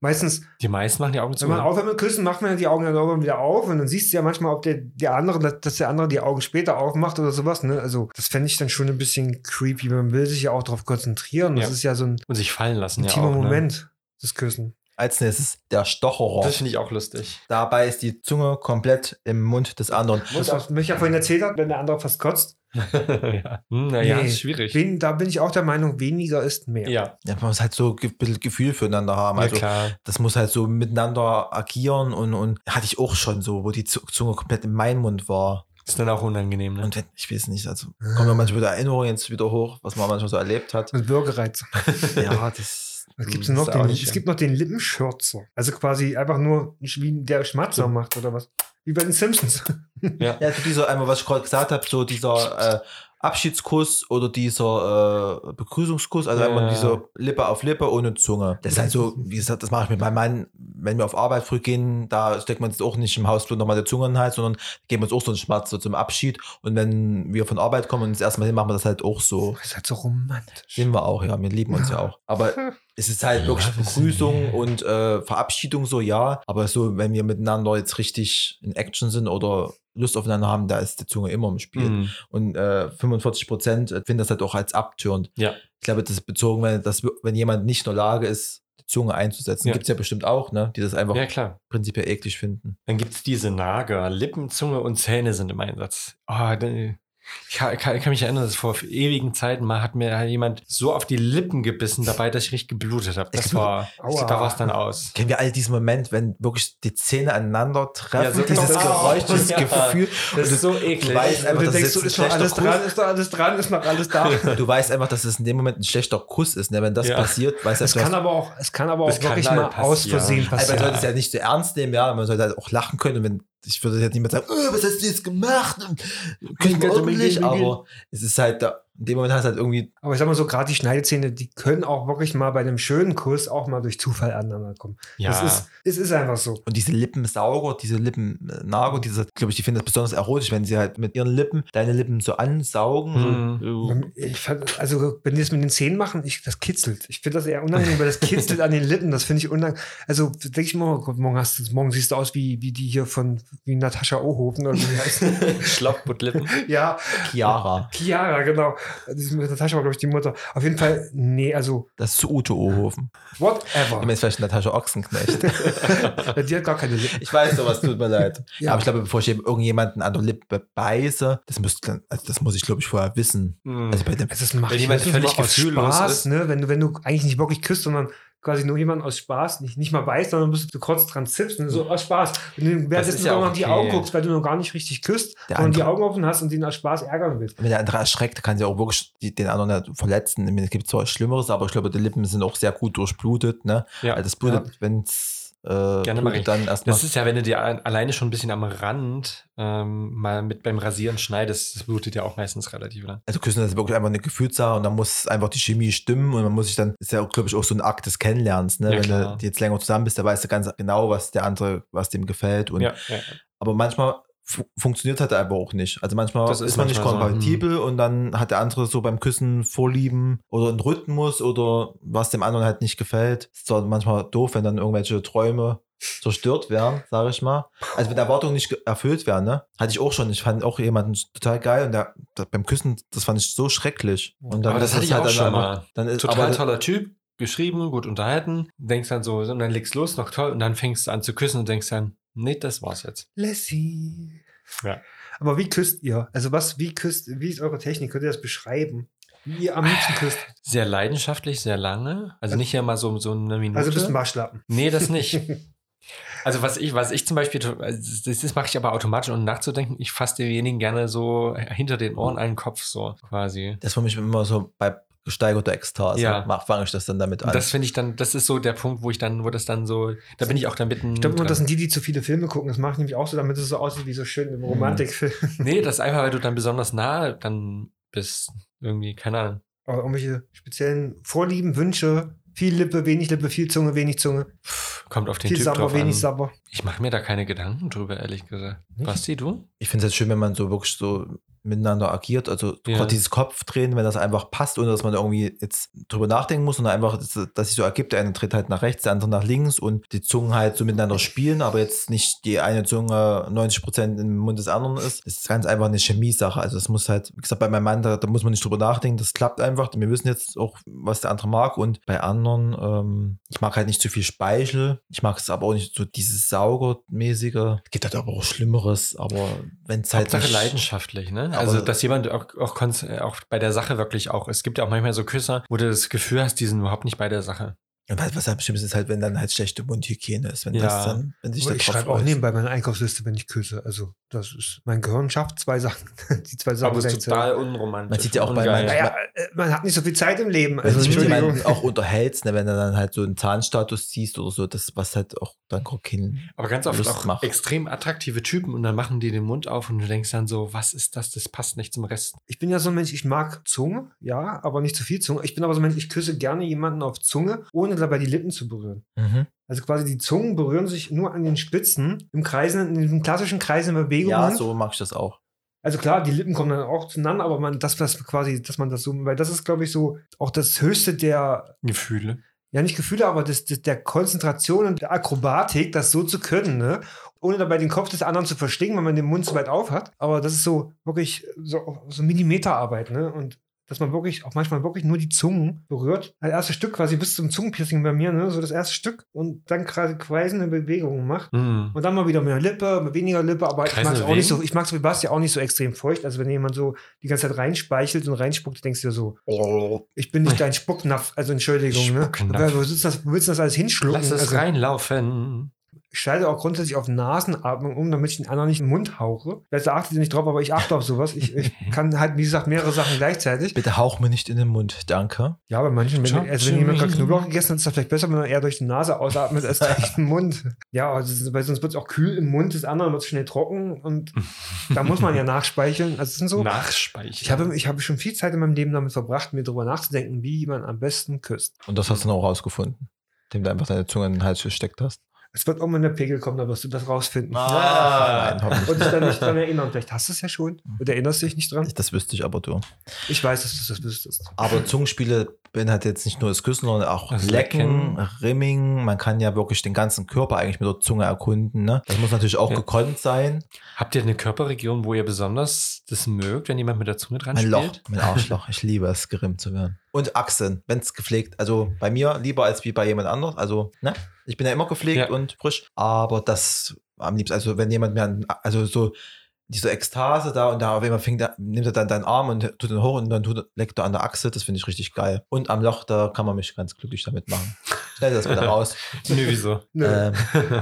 Speaker 1: meistens,
Speaker 3: die meisten machen die Augen zu.
Speaker 1: wenn man aufhört mit Küssen, macht man ja die Augen dann irgendwann wieder auf und dann siehst du ja manchmal, ob der, der andere, dass- dass der andere die Augen später aufmacht oder sowas. Ne? Also das fände ich dann schon ein bisschen creepy. Man will sich ja auch darauf konzentrieren. Das
Speaker 3: Ja.
Speaker 1: ist ja so ein
Speaker 3: und sich fallen lassen. Ja
Speaker 1: intimer
Speaker 3: auch, ne?
Speaker 1: Moment, das Küssen.
Speaker 2: Als nächstes der Stocherer.
Speaker 3: Das finde ich auch lustig.
Speaker 2: Dabei ist die Zunge komplett im Mund des anderen.
Speaker 1: Was was mich ja vorhin erzählt hat, wenn der andere fast kotzt.
Speaker 3: ja. Hm, naja,
Speaker 1: Nee.
Speaker 3: ist schwierig.
Speaker 1: Wen, da bin ich auch der Meinung, weniger ist mehr.
Speaker 3: Ja,
Speaker 2: Ja, man muss halt so ge- ein bisschen Gefühl füreinander haben. Also
Speaker 3: ja klar.
Speaker 2: das muss halt so miteinander agieren und, und hatte ich auch schon so, wo die Zu- Zunge komplett in meinem Mund war.
Speaker 3: Ist dann auch unangenehm. Ne?
Speaker 2: Und wenn, ich weiß nicht, also kommen ja manchmal wieder Erinnerungen jetzt wieder hoch, was man manchmal so erlebt hat.
Speaker 1: Mit Bürgerreiz.
Speaker 2: ja, das
Speaker 1: Was gibt's
Speaker 2: Hm, ist
Speaker 1: denn noch?
Speaker 2: auch
Speaker 1: Den,
Speaker 2: nicht
Speaker 1: es gibt noch den Lippenschürzer. Also quasi einfach nur, wie der Schmatzer macht oder was. Wie bei den Simpsons.
Speaker 2: Ja, also dieser einmal, was ich gerade gesagt habe, so dieser äh, Abschiedskuss oder dieser äh, Begrüßungskuss, also
Speaker 3: Ja.
Speaker 2: einmal dieser Lippe auf Lippe ohne Zunge. Das ist halt so, wie gesagt, das mache ich mit meinem Mann, wenn wir auf Arbeit früh gehen, da steckt man jetzt auch nicht im Hausflur nochmal der Zunge in den Hals, sondern geben uns auch so einen Schmerz so zum Abschied. Und wenn wir von Arbeit kommen und das erste Mal hin, machen wir das halt auch so.
Speaker 1: Das ist halt so romantisch.
Speaker 2: Sehen wir auch, ja, wir lieben uns ja auch. Aber es ist halt wirklich Begrüßung und äh, Verabschiedung so, ja. Aber so, wenn wir miteinander jetzt richtig in Action sind oder Lust aufeinander haben, da ist die Zunge immer im Spiel.
Speaker 3: Hm.
Speaker 2: Und äh, 45 Prozent finden das halt auch als abtörend.
Speaker 3: Ja.
Speaker 2: Ich glaube, das ist bezogen, wenn, das, wenn jemand nicht in der Lage ist, die Zunge einzusetzen.
Speaker 3: Ja.
Speaker 2: Gibt es ja bestimmt auch, ne? die das einfach
Speaker 3: Ja, klar.
Speaker 2: prinzipiell eklig finden.
Speaker 3: Dann gibt es diese Nager. Lippen, Zunge und Zähne sind im Einsatz. Oh, dann, ich kann, kann kann mich erinnern, dass vor ewigen Zeiten mal hat mir jemand so auf die Lippen gebissen, dabei, dass ich richtig geblutet habe. Das
Speaker 2: Echt?
Speaker 3: war, ich
Speaker 1: Aua.
Speaker 3: glaub, da war es dann aus.
Speaker 2: Kennen wir all diesen Moment, wenn wirklich die Zähne aneinander treffen,
Speaker 3: Ja, so
Speaker 2: dieses
Speaker 3: knopf-
Speaker 2: Geräusch,
Speaker 3: Oh,
Speaker 2: dieses
Speaker 3: ja.
Speaker 2: Gefühl.
Speaker 3: Das ist so
Speaker 2: Du
Speaker 3: eklig.
Speaker 2: weißt
Speaker 1: Und
Speaker 2: einfach,
Speaker 1: du
Speaker 2: das
Speaker 1: denkst,
Speaker 2: ist
Speaker 1: so,
Speaker 2: jetzt ein
Speaker 1: ist noch
Speaker 2: schlechter
Speaker 1: alles
Speaker 2: Kuss.
Speaker 1: dran, ist noch alles dran, ist noch alles da.
Speaker 2: Du weißt einfach, dass es in dem Moment ein schlechter Kuss ist. Ne? Wenn das
Speaker 3: Ja.
Speaker 2: passiert, weißt du,
Speaker 1: Es
Speaker 2: du hast-
Speaker 1: kann aber auch, es kann aber
Speaker 3: Das
Speaker 1: auch wirklich
Speaker 3: kann
Speaker 1: mal
Speaker 3: halt
Speaker 1: aus
Speaker 3: passieren.
Speaker 1: Versehen
Speaker 2: also man
Speaker 1: passieren.
Speaker 2: sollte es ja nicht so ernst nehmen, ja. Man sollte halt auch lachen können. Wenn, ich würde jetzt niemand sagen, "Äh, was hast du jetzt gemacht? Klingt
Speaker 1: Also,
Speaker 2: ordentlich,
Speaker 1: wir gehen, wir
Speaker 2: aber es ist halt, da, in dem Moment hast du halt irgendwie,
Speaker 1: Aber ich sag mal so, gerade die Schneidezähne, die können auch wirklich mal bei einem schönen Kuss auch mal durch Zufall aneinander kommen.
Speaker 3: Ja,
Speaker 1: Das ist, es ist einfach so.
Speaker 2: und diese Lippensauger, diese Lippennager, diese, glaube ich, die finden das besonders erotisch, wenn sie halt mit ihren Lippen deine Lippen so
Speaker 1: Hm.
Speaker 2: ansaugen.
Speaker 3: Uh. Mhm.
Speaker 2: So,
Speaker 1: Ähm, Ich fand, also, wenn die das mit den Zähnen machen, ich, das kitzelt. Ich finde das eher unangenehm, weil das kitzelt an den Lippen. Das finde ich unangenehm. Also, denke ich mir, oh Gott, morgen, hast du, morgen siehst du aus wie, wie die hier von wie Natascha Ohofen. Oder wie die heißt.
Speaker 3: hm. Schlauchbuttlippen.
Speaker 1: ja,
Speaker 2: Chiara,
Speaker 1: Chiara, genau. Das ist mit Natascha war, glaube ich, die Mutter. Auf jeden Fall, nee, also,
Speaker 2: das ist zu Ute Ohofen. Ich
Speaker 1: whatever.
Speaker 2: meine, jetzt vielleicht Natascha Ochsenknecht.
Speaker 1: die hat gar keine Lippen.
Speaker 2: Ich weiß sowas, tut mir leid.
Speaker 1: Ja.
Speaker 2: Aber ich glaube, bevor ich eben irgendjemanden an der Lippe beiße, das, müsste, also das muss ich, glaube ich, vorher wissen.
Speaker 3: Hm.
Speaker 2: Also bei dem,
Speaker 1: Also, das macht
Speaker 3: Wenn jemand
Speaker 1: das ist
Speaker 3: völlig
Speaker 1: immer aus
Speaker 3: gefühllos
Speaker 1: Spaß,
Speaker 3: ist.
Speaker 1: Ne? Wenn, du, wenn du eigentlich nicht wirklich küsst, sondern quasi nur jemanden aus Spaß, nicht, nicht mal beißt, sondern bist du kurz dran zippst und so aus Spaß. Wenn du währenddessen
Speaker 3: ist ja
Speaker 1: sogar
Speaker 3: auch
Speaker 1: noch in die
Speaker 3: okay.
Speaker 1: Augen guckst, weil du noch gar nicht richtig küsst
Speaker 2: Der
Speaker 1: und die
Speaker 2: andere-
Speaker 1: Augen offen hast und den aus Spaß ärgern willst.
Speaker 2: wenn der andere erschreckt, kann sie auch wirklich die- den anderen nicht verletzen. Ich meine, Es gibt zwar Schlimmeres, aber ich glaube, die Lippen sind auch sehr gut durchblutet. Ne?
Speaker 3: Ja.
Speaker 2: Weil das blutet, wenn es äh,
Speaker 3: Gerne mache ich.
Speaker 2: blutet, dann erstmal.
Speaker 3: Das ist ja, wenn du dir an- alleine schon ein bisschen am Rand ähm, mal mit beim Rasieren schneidest, das blutet ja auch meistens relativ. Ne?
Speaker 2: Also Küssen ist wirklich einfach eine Gefühlssache und dann muss einfach die Chemie stimmen und man muss sich dann, ist ja, glaube ich, auch so ein Akt des Kennenlernens. Ne?
Speaker 3: Ja,
Speaker 2: wenn
Speaker 3: klar.
Speaker 2: du jetzt länger zusammen bist, da weißt du ganz genau, was der andere, was dem gefällt. Und
Speaker 3: Ja, ja.
Speaker 2: aber manchmal fu funktioniert halt einfach auch nicht. Also manchmal
Speaker 3: Das
Speaker 2: ist,
Speaker 3: ist
Speaker 2: man
Speaker 3: manchmal
Speaker 2: nicht
Speaker 3: so, hm.
Speaker 2: kompatibel und dann hat der andere so beim Küssen Vorlieben oder einen Rhythmus oder was dem anderen halt nicht gefällt. Ist zwar manchmal doof, wenn dann irgendwelche Träume zerstört werden, sage ich mal. Also wenn Erwartungen nicht ge- erfüllt werden, ne? Hatte ich auch schon. Ich fand auch jemanden total geil und der, der, beim Küssen, das fand ich so schrecklich. Und dann
Speaker 3: Aber das
Speaker 2: ist
Speaker 3: hatte
Speaker 2: es halt
Speaker 3: ich auch
Speaker 2: dann
Speaker 3: schon
Speaker 2: einfach-
Speaker 3: mal.
Speaker 2: Dann ist,
Speaker 3: Total
Speaker 2: aber,
Speaker 3: toller Typ, geschrieben, gut unterhalten, denkst dann so, und dann legst los, noch toll, und dann fängst du an zu küssen und denkst dann, nee, das war's jetzt.
Speaker 1: Lassie.
Speaker 3: Ja.
Speaker 1: Aber wie küsst ihr? Also was, wie küsst, wie ist eure Technik? Könnt ihr das beschreiben? Wie ihr am liebsten küsst?
Speaker 3: Sehr leidenschaftlich, sehr lange. Also nicht ja mal so, so eine Minute.
Speaker 1: Also bist ein Waschlappen.
Speaker 3: Nee, das nicht. Also was ich, was ich zum Beispiel, to- also das, das mache ich aber automatisch, ohne nachzudenken. Ich fasse denjenigen gerne so hinter den Ohren an den Kopf, so quasi.
Speaker 2: Das für mich immer so bei gesteigerter Ekstase.
Speaker 3: Ja.
Speaker 2: Mach, fange ich das dann damit an.
Speaker 3: Das finde ich dann, das ist so der Punkt, wo ich dann, wo das dann so, da bin ich auch dann mitten.
Speaker 1: Ich glaube nur, das sind die, die zu viele Filme gucken. Das mache ich nämlich auch so, damit es so aussieht wie so schön
Speaker 3: Hm.
Speaker 1: im Romantikfilm.
Speaker 3: nee, das ist einfach, weil du dann besonders nah dann bist. Irgendwie, keine Ahnung.
Speaker 1: Aber irgendwelche speziellen Vorlieben, Wünsche, viel Lippe, wenig Lippe, viel Zunge, wenig Zunge,
Speaker 3: Pff, kommt auf den
Speaker 1: viel
Speaker 3: Typ
Speaker 1: Sabber,
Speaker 3: drauf an.
Speaker 1: wenig Sabber.
Speaker 3: Ich mache mir da keine Gedanken drüber, ehrlich gesagt.
Speaker 1: Nicht?
Speaker 3: Basti, du?
Speaker 2: ich finde es halt schön, wenn man so wirklich so miteinander agiert. Also
Speaker 3: Ja.
Speaker 2: gerade dieses Kopfdrehen, wenn das einfach passt, ohne dass man irgendwie jetzt drüber nachdenken muss, sondern einfach, dass dass sich so ergibt, der eine dreht halt nach rechts, der andere nach links und die Zungen halt so miteinander spielen, aber jetzt nicht die eine Zunge 90 Prozent im Mund des anderen ist. Das ist ganz einfach eine Chemie-Sache. Also das muss halt, wie gesagt, bei meinem Mann, da, da muss man nicht drüber nachdenken, das klappt einfach. Wir wissen jetzt auch, was der andere mag und bei anderen, ähm, ich mag halt nicht zu viel Speichel, ich mag es aber auch nicht so dieses Saugermäßige. Gibt halt aber auch Schlimmeres, aber wenn es halt
Speaker 3: Hauptsache
Speaker 2: nicht-
Speaker 3: leidenschaftlich, ne? Also,
Speaker 2: Aber-
Speaker 3: dass jemand auch, auch, konz- äh, auch bei der Sache wirklich auch. Es gibt ja auch manchmal so Küsser, wo du das Gefühl hast, die sind überhaupt nicht bei der Sache.
Speaker 2: Und was, was halt bestimmt ist, ist halt, wenn dann halt schlechte Mundhygiene ist, wenn
Speaker 3: Ja.
Speaker 2: das dann, wenn sich
Speaker 1: Ich,
Speaker 2: da
Speaker 1: ich
Speaker 2: drauf
Speaker 1: schreibe auch
Speaker 2: freut.
Speaker 1: nebenbei meine Einkaufsliste, wenn ich küsse. Also das ist, mein Gehirn schafft zwei Sachen. Die zwei Sachen
Speaker 3: Aber es ist
Speaker 1: gleichzeitig.
Speaker 3: total unromantisch.
Speaker 2: Man sieht ja auch
Speaker 3: und
Speaker 2: bei
Speaker 3: geil.
Speaker 2: manchen-
Speaker 1: Naja, äh, man hat nicht so viel Zeit im Leben.
Speaker 2: Wenn
Speaker 1: Also,
Speaker 2: du dich mit
Speaker 1: Entschuldigung.
Speaker 2: jemandem auch unterhältst, ne, wenn du dann halt so einen Zahnstatus siehst oder so, das was halt auch dann Krokin.
Speaker 3: Aber ganz oft
Speaker 2: Lust
Speaker 3: auch
Speaker 2: macht.
Speaker 3: extrem attraktive Typen und dann machen die den Mund auf und du denkst dann so, was ist das? Das passt nicht zum Rest.
Speaker 1: Ich bin ja so ein Mensch, ich mag Zunge, ja, aber nicht zu viel Zunge. Ich bin aber so ein Mensch, ich küsse gerne jemanden auf Zunge, ohne dabei die Lippen zu berühren.
Speaker 2: Mhm.
Speaker 1: Also quasi die Zungen berühren sich nur an den Spitzen, im Kreisen, in diesem klassischen Kreis in Bewegung.
Speaker 2: Ja, so mache ich das auch.
Speaker 1: Also klar, die Lippen kommen dann auch zueinander, aber man, das, was quasi, dass man das so, weil das ist, glaube ich, so auch das höchste der,
Speaker 3: Gefühle.
Speaker 1: ja nicht Gefühle, aber des, des, der Konzentration und der Akrobatik, das so zu können, ne? Ohne dabei den Kopf des anderen zu verstehen, wenn man den Mund zu weit auf hat. Aber das ist so wirklich so, so Millimeterarbeit, ne? Und dass man wirklich, auch manchmal wirklich nur die Zungen berührt. Das erste Stück quasi bis zum Zungenpiercing bei mir, ne? So das erste Stück und dann quasi kreisende Bewegungen macht.
Speaker 3: Mhm.
Speaker 1: Und dann mal wieder mehr Lippe, mal weniger Lippe, aber ich
Speaker 3: Kreisen
Speaker 1: mag es auch
Speaker 3: bewegen?
Speaker 1: nicht so, ich mag es wie Basti auch nicht so extrem feucht. Also wenn jemand so die ganze Zeit reinspeichelt und reinspuckt, denkst du dir so, ich bin nicht dein Spucknapf, also Entschuldigung, ne?
Speaker 3: Oh. Spucknapf.
Speaker 1: Aber Wo willst du das, wo willst du das alles hinschlucken?
Speaker 3: Lass es
Speaker 1: also,
Speaker 3: reinlaufen.
Speaker 1: Ich schalte auch grundsätzlich auf Nasenatmung um, damit ich den anderen nicht in den Mund hauche. Vielleicht achtet ihr nicht drauf, aber ich achte auf sowas. Ich, ich kann halt, wie gesagt, mehrere Sachen gleichzeitig.
Speaker 2: Bitte hauch mir nicht in den Mund, danke.
Speaker 1: Ja, bei manchen, wenn,
Speaker 3: Chop
Speaker 1: also wenn jemand gerade
Speaker 3: suey.
Speaker 1: Knoblauch gegessen hat, ist das vielleicht besser, wenn man eher durch die Nase ausatmet als durch den Mund. Ja, also, weil sonst wird es auch kühl im Mund des anderen, wird es schnell trocken und da muss man ja nachspeicheln. Also es sind so.
Speaker 3: Nachspeichern.
Speaker 1: Ich habe, ich habe schon viel Zeit in meinem Leben damit verbracht, mir darüber nachzudenken, wie man am besten küsst.
Speaker 2: Und das hast du dann auch rausgefunden, indem du einfach deine Zunge in den Hals gesteckt hast.
Speaker 1: Es wird irgendwann der Pegel kommen, da wirst du das rausfinden.
Speaker 2: Nein, hoffentlich.
Speaker 1: Und dich dann nicht dran erinnern. Vielleicht hast du es ja schon und erinnerst dich nicht dran.
Speaker 2: Das wüsste ich aber du.
Speaker 1: Ich weiß, dass du das wüsstest.
Speaker 2: Aber Zungenspiele bin halt jetzt nicht nur das Küssen, sondern auch
Speaker 3: Das
Speaker 2: Lecken,
Speaker 3: Lecken.
Speaker 2: Rimming. Man kann ja wirklich den ganzen Körper eigentlich mit der Zunge erkunden. Ne? Das muss natürlich auch
Speaker 3: Ja.
Speaker 2: gekonnt sein.
Speaker 3: Habt ihr eine Körperregion, wo ihr besonders das mögt, wenn jemand mit der Zunge dran
Speaker 2: Mein
Speaker 3: spielt?
Speaker 2: Loch, mein Arschloch. Ich liebe es, gerimmt zu werden. Und Achseln, wenn es gepflegt. Also bei mir lieber als wie bei jemand anderem. Also ne? ich bin ja immer gepflegt
Speaker 3: Ja.
Speaker 2: und frisch. Aber das am liebsten, also wenn jemand mir, an, also so diese Ekstase da und da auf einmal fängt er, nimmt er dann deinen Arm und tut ihn hoch und dann tut, leckt er an der Achsel. Das finde ich richtig geil. Und am Loch, da kann man mich ganz glücklich damit machen. Schneide das wieder raus.
Speaker 3: Nö, wieso?
Speaker 1: Nö.
Speaker 2: Ähm,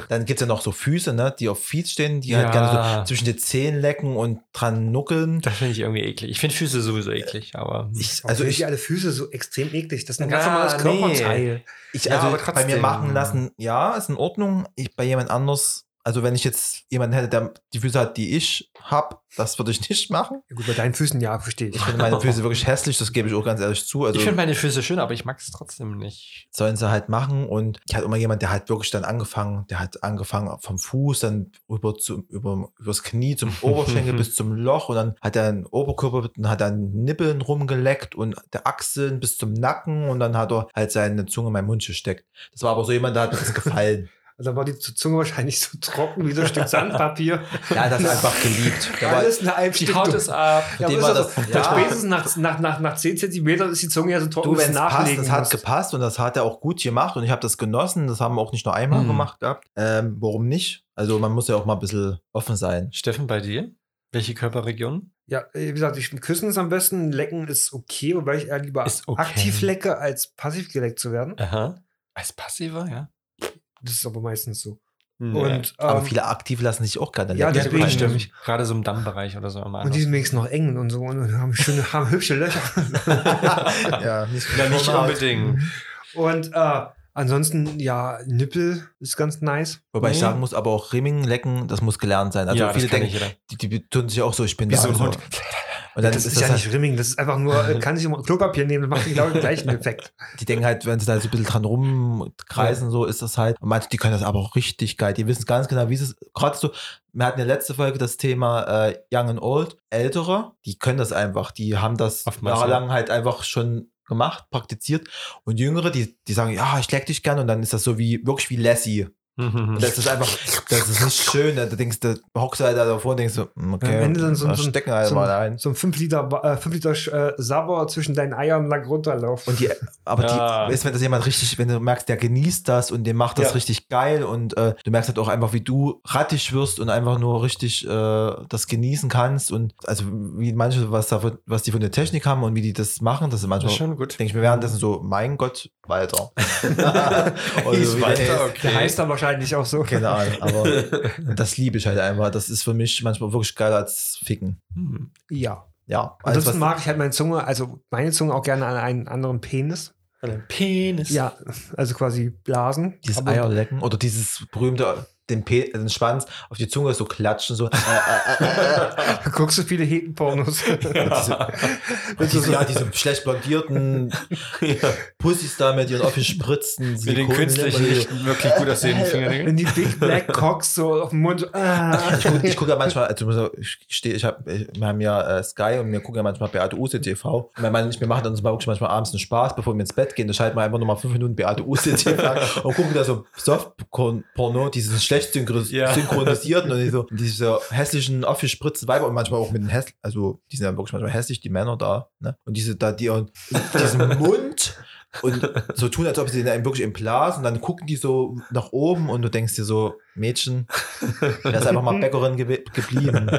Speaker 2: dann gibt es ja noch so Füße, ne, die auf Feet stehen, die
Speaker 3: Ja.
Speaker 2: halt gerne so zwischen den Zehen lecken und dran nuckeln.
Speaker 3: Das finde ich irgendwie eklig. Ich finde Füße sowieso eklig, aber.
Speaker 2: Ich,
Speaker 1: also
Speaker 2: also ich,
Speaker 1: ich alle Füße so extrem eklig. Das ist ein
Speaker 3: Na,
Speaker 1: ganz normales
Speaker 3: nee.
Speaker 1: Körperteil.
Speaker 2: ich
Speaker 3: Ja,
Speaker 2: also
Speaker 3: aber
Speaker 2: bei mir
Speaker 3: trotzdem.
Speaker 2: machen lassen, ja, ist in Ordnung. Ich bei jemand anders, also wenn ich jetzt jemanden hätte, der die Füße hat, die ich habe, das würde ich nicht machen.
Speaker 1: Ja, gut, bei deinen Füßen ja, verstehe ich.
Speaker 2: Ich finde meine Füße wirklich hässlich, das gebe ich auch ganz ehrlich zu. Also
Speaker 3: ich finde meine Füße schön, aber ich mag es trotzdem nicht.
Speaker 2: sollen sie halt machen. Und ich hatte immer jemand, der hat wirklich dann angefangen, der hat angefangen vom Fuß, dann rüber zum, über, übers Knie zum Oberschenkel bis zum Loch und dann hat er den Oberkörper, dann hat er an Nippeln rumgeleckt und der Achseln bis zum Nacken und dann hat er halt seine Zunge in meinen Mund gesteckt. Das war aber so jemand, der hat mir das gefallen.
Speaker 1: Also dann war die Zunge wahrscheinlich so trocken wie so ein Stück Sandpapier.
Speaker 2: Der hat das einfach geliebt. Der war,
Speaker 1: Alles eine halbe
Speaker 3: Die Haut ist ab.
Speaker 1: ja,
Speaker 2: dem
Speaker 1: aber
Speaker 2: war
Speaker 1: ist das,
Speaker 2: das-
Speaker 1: das,
Speaker 2: ja.
Speaker 1: spätestens nach, nach, nach, nach 10 Zentimetern ist die Zunge ja so trocken,
Speaker 2: du, wenn es passt,
Speaker 1: nachlegen
Speaker 2: das hat
Speaker 1: musst.
Speaker 2: gepasst und das hat er auch gut gemacht und ich habe das genossen. Das haben wir auch nicht nur einmal
Speaker 3: Mhm.
Speaker 2: gemacht gehabt. Ähm, warum nicht? Also man muss ja auch mal ein bisschen offen sein.
Speaker 3: Steffen, bei dir? Welche Körperregion?
Speaker 1: Ja, äh, wie gesagt, ich, küssen ist am besten, lecken ist okay, wobei ich eher lieber
Speaker 3: Ist okay.
Speaker 1: aktiv lecke, als passiv geleckt zu werden.
Speaker 3: Aha. Als passiver, ja.
Speaker 1: Das ist aber meistens so.
Speaker 3: Und
Speaker 1: Und,
Speaker 2: Aber
Speaker 1: ähm,
Speaker 2: viele aktiv lassen sich auch gerne
Speaker 1: Ja,
Speaker 2: lecken.
Speaker 1: deswegen-
Speaker 3: stimmt. Gerade so im Dammbereich oder so. Immer
Speaker 1: und die sind wenigstens noch eng und so und haben, schöne, haben hübsche Löcher.
Speaker 2: ja, also nicht,
Speaker 3: Na, nicht unbedingt.
Speaker 1: Und äh, ansonsten, ja, Nippel ist ganz nice.
Speaker 2: Wobei ich
Speaker 3: Nee.
Speaker 2: sagen muss, aber auch Rimming lecken, das muss gelernt sein. Also
Speaker 3: ja,
Speaker 2: viele
Speaker 3: das kann
Speaker 2: denken,
Speaker 3: nicht jeder.
Speaker 2: die, die tun sich auch so, ich bin
Speaker 3: Wie
Speaker 2: da.
Speaker 3: so ein
Speaker 2: also-
Speaker 3: Hund.
Speaker 2: Und dann
Speaker 1: das
Speaker 2: ist
Speaker 1: ist,
Speaker 2: das
Speaker 1: ja
Speaker 2: halt,
Speaker 1: nicht Rimming, das ist einfach nur, äh, kann ich immer Klopapier nehmen, das macht den, glaube ich, den gleichen Effekt.
Speaker 2: die denken halt, wenn sie da so ein bisschen dran rumkreisen, so ist das halt. Und manche, die können das aber auch richtig geil. Die wissen ganz genau, wie es ist. Gerade so, wir hatten in der letzten Folge das Thema äh, Young and Old. Ältere, die können das einfach. Die haben das
Speaker 3: Oftmals,
Speaker 2: jahrelang halt einfach schon gemacht, praktiziert. Und Jüngere, die, die sagen, ja, ich leck dich gern. Und dann ist das so wie, wirklich wie Lassie.
Speaker 3: Mhm.
Speaker 2: Und das ist einfach, das ist nicht schön. Da denkst du, hockst du halt da davor und denkst so, hm, okay,
Speaker 1: Am Ende dann so-
Speaker 2: da
Speaker 1: so-
Speaker 2: stecken halt
Speaker 1: so-
Speaker 2: mal ein.
Speaker 1: So ein 5 Liter, äh, 5 Liter äh, Sabber zwischen deinen Eiern lang runterlaufen.
Speaker 2: Und die, aber
Speaker 3: Ja.
Speaker 2: die, weißt, du, wenn das jemand richtig, wenn du merkst, der genießt das und dem macht das
Speaker 1: Ja.
Speaker 2: richtig geil und äh, du merkst halt auch einfach, wie du rattig wirst und einfach nur richtig äh, das genießen kannst und also wie manche, was da, von- was die von der Technik haben und wie die das machen, das ist
Speaker 3: Das ist
Speaker 2: manchmal,
Speaker 3: schon gut.
Speaker 2: denke ich mir währenddessen so, mein Gott, weiter. Oder
Speaker 3: Ist
Speaker 2: wie der
Speaker 3: weiter,
Speaker 2: ist.
Speaker 1: Also Der heißt dann wahrscheinlich auch so.
Speaker 2: Keine Ahnung, aber das liebe ich halt einfach. Das ist für mich manchmal wirklich geiler als Ficken.
Speaker 3: Hm.
Speaker 1: Ja.
Speaker 2: Ja, alles
Speaker 1: Ansonsten
Speaker 2: was
Speaker 1: mag ich halt meine Zunge, also meine Zunge auch gerne an einen anderen Penis.
Speaker 3: Penis.
Speaker 1: Ja, also quasi Blasen.
Speaker 2: dieses
Speaker 1: Aber-
Speaker 2: Eierlecken oder dieses berühmte den, Pe den Schwanz auf die Zunge so klatschen so. Äh, äh, äh, äh.
Speaker 1: Guckst du viele Hetenpornos?
Speaker 2: Und diese, ja, diese schlecht blondierten Pussys da mit ihren aufgespritzten
Speaker 3: Mit den künstlichen,
Speaker 2: Silikonlippen.
Speaker 3: wirklich gut aussehenden Fingernägeln.
Speaker 1: Wenn die Big Black Cocks so auf dem Mund. Ah.
Speaker 2: Ich gucke guck ja manchmal, also muss ich- ich stehe, ich hab, ich- wir haben ja äh, Sky und wir gucken ja manchmal Beate Use TV. Und mein Mann und ich, wir machen uns mal wirklich manchmal abends einen Spaß, bevor wir ins Bett gehen. Da schalten wir einfach nochmal fünf Minuten Beate Use TV an und gucken da so Soft-Porno, diesen schlecht synchro-
Speaker 3: Ja.
Speaker 2: synchronisierten und diese, diese hässlichen, aufgespritzten Weiber und manchmal auch mit den hässlichen, also die sind ja wirklich manchmal hässlich, die Männer da. Ne? Und diese da, die und diesen Mund und so tun, als ob sie den einem wirklich entblasen. Dann gucken die so nach oben und du denkst dir so, Mädchen, er ist einfach mal Bäckerin ge geblieben.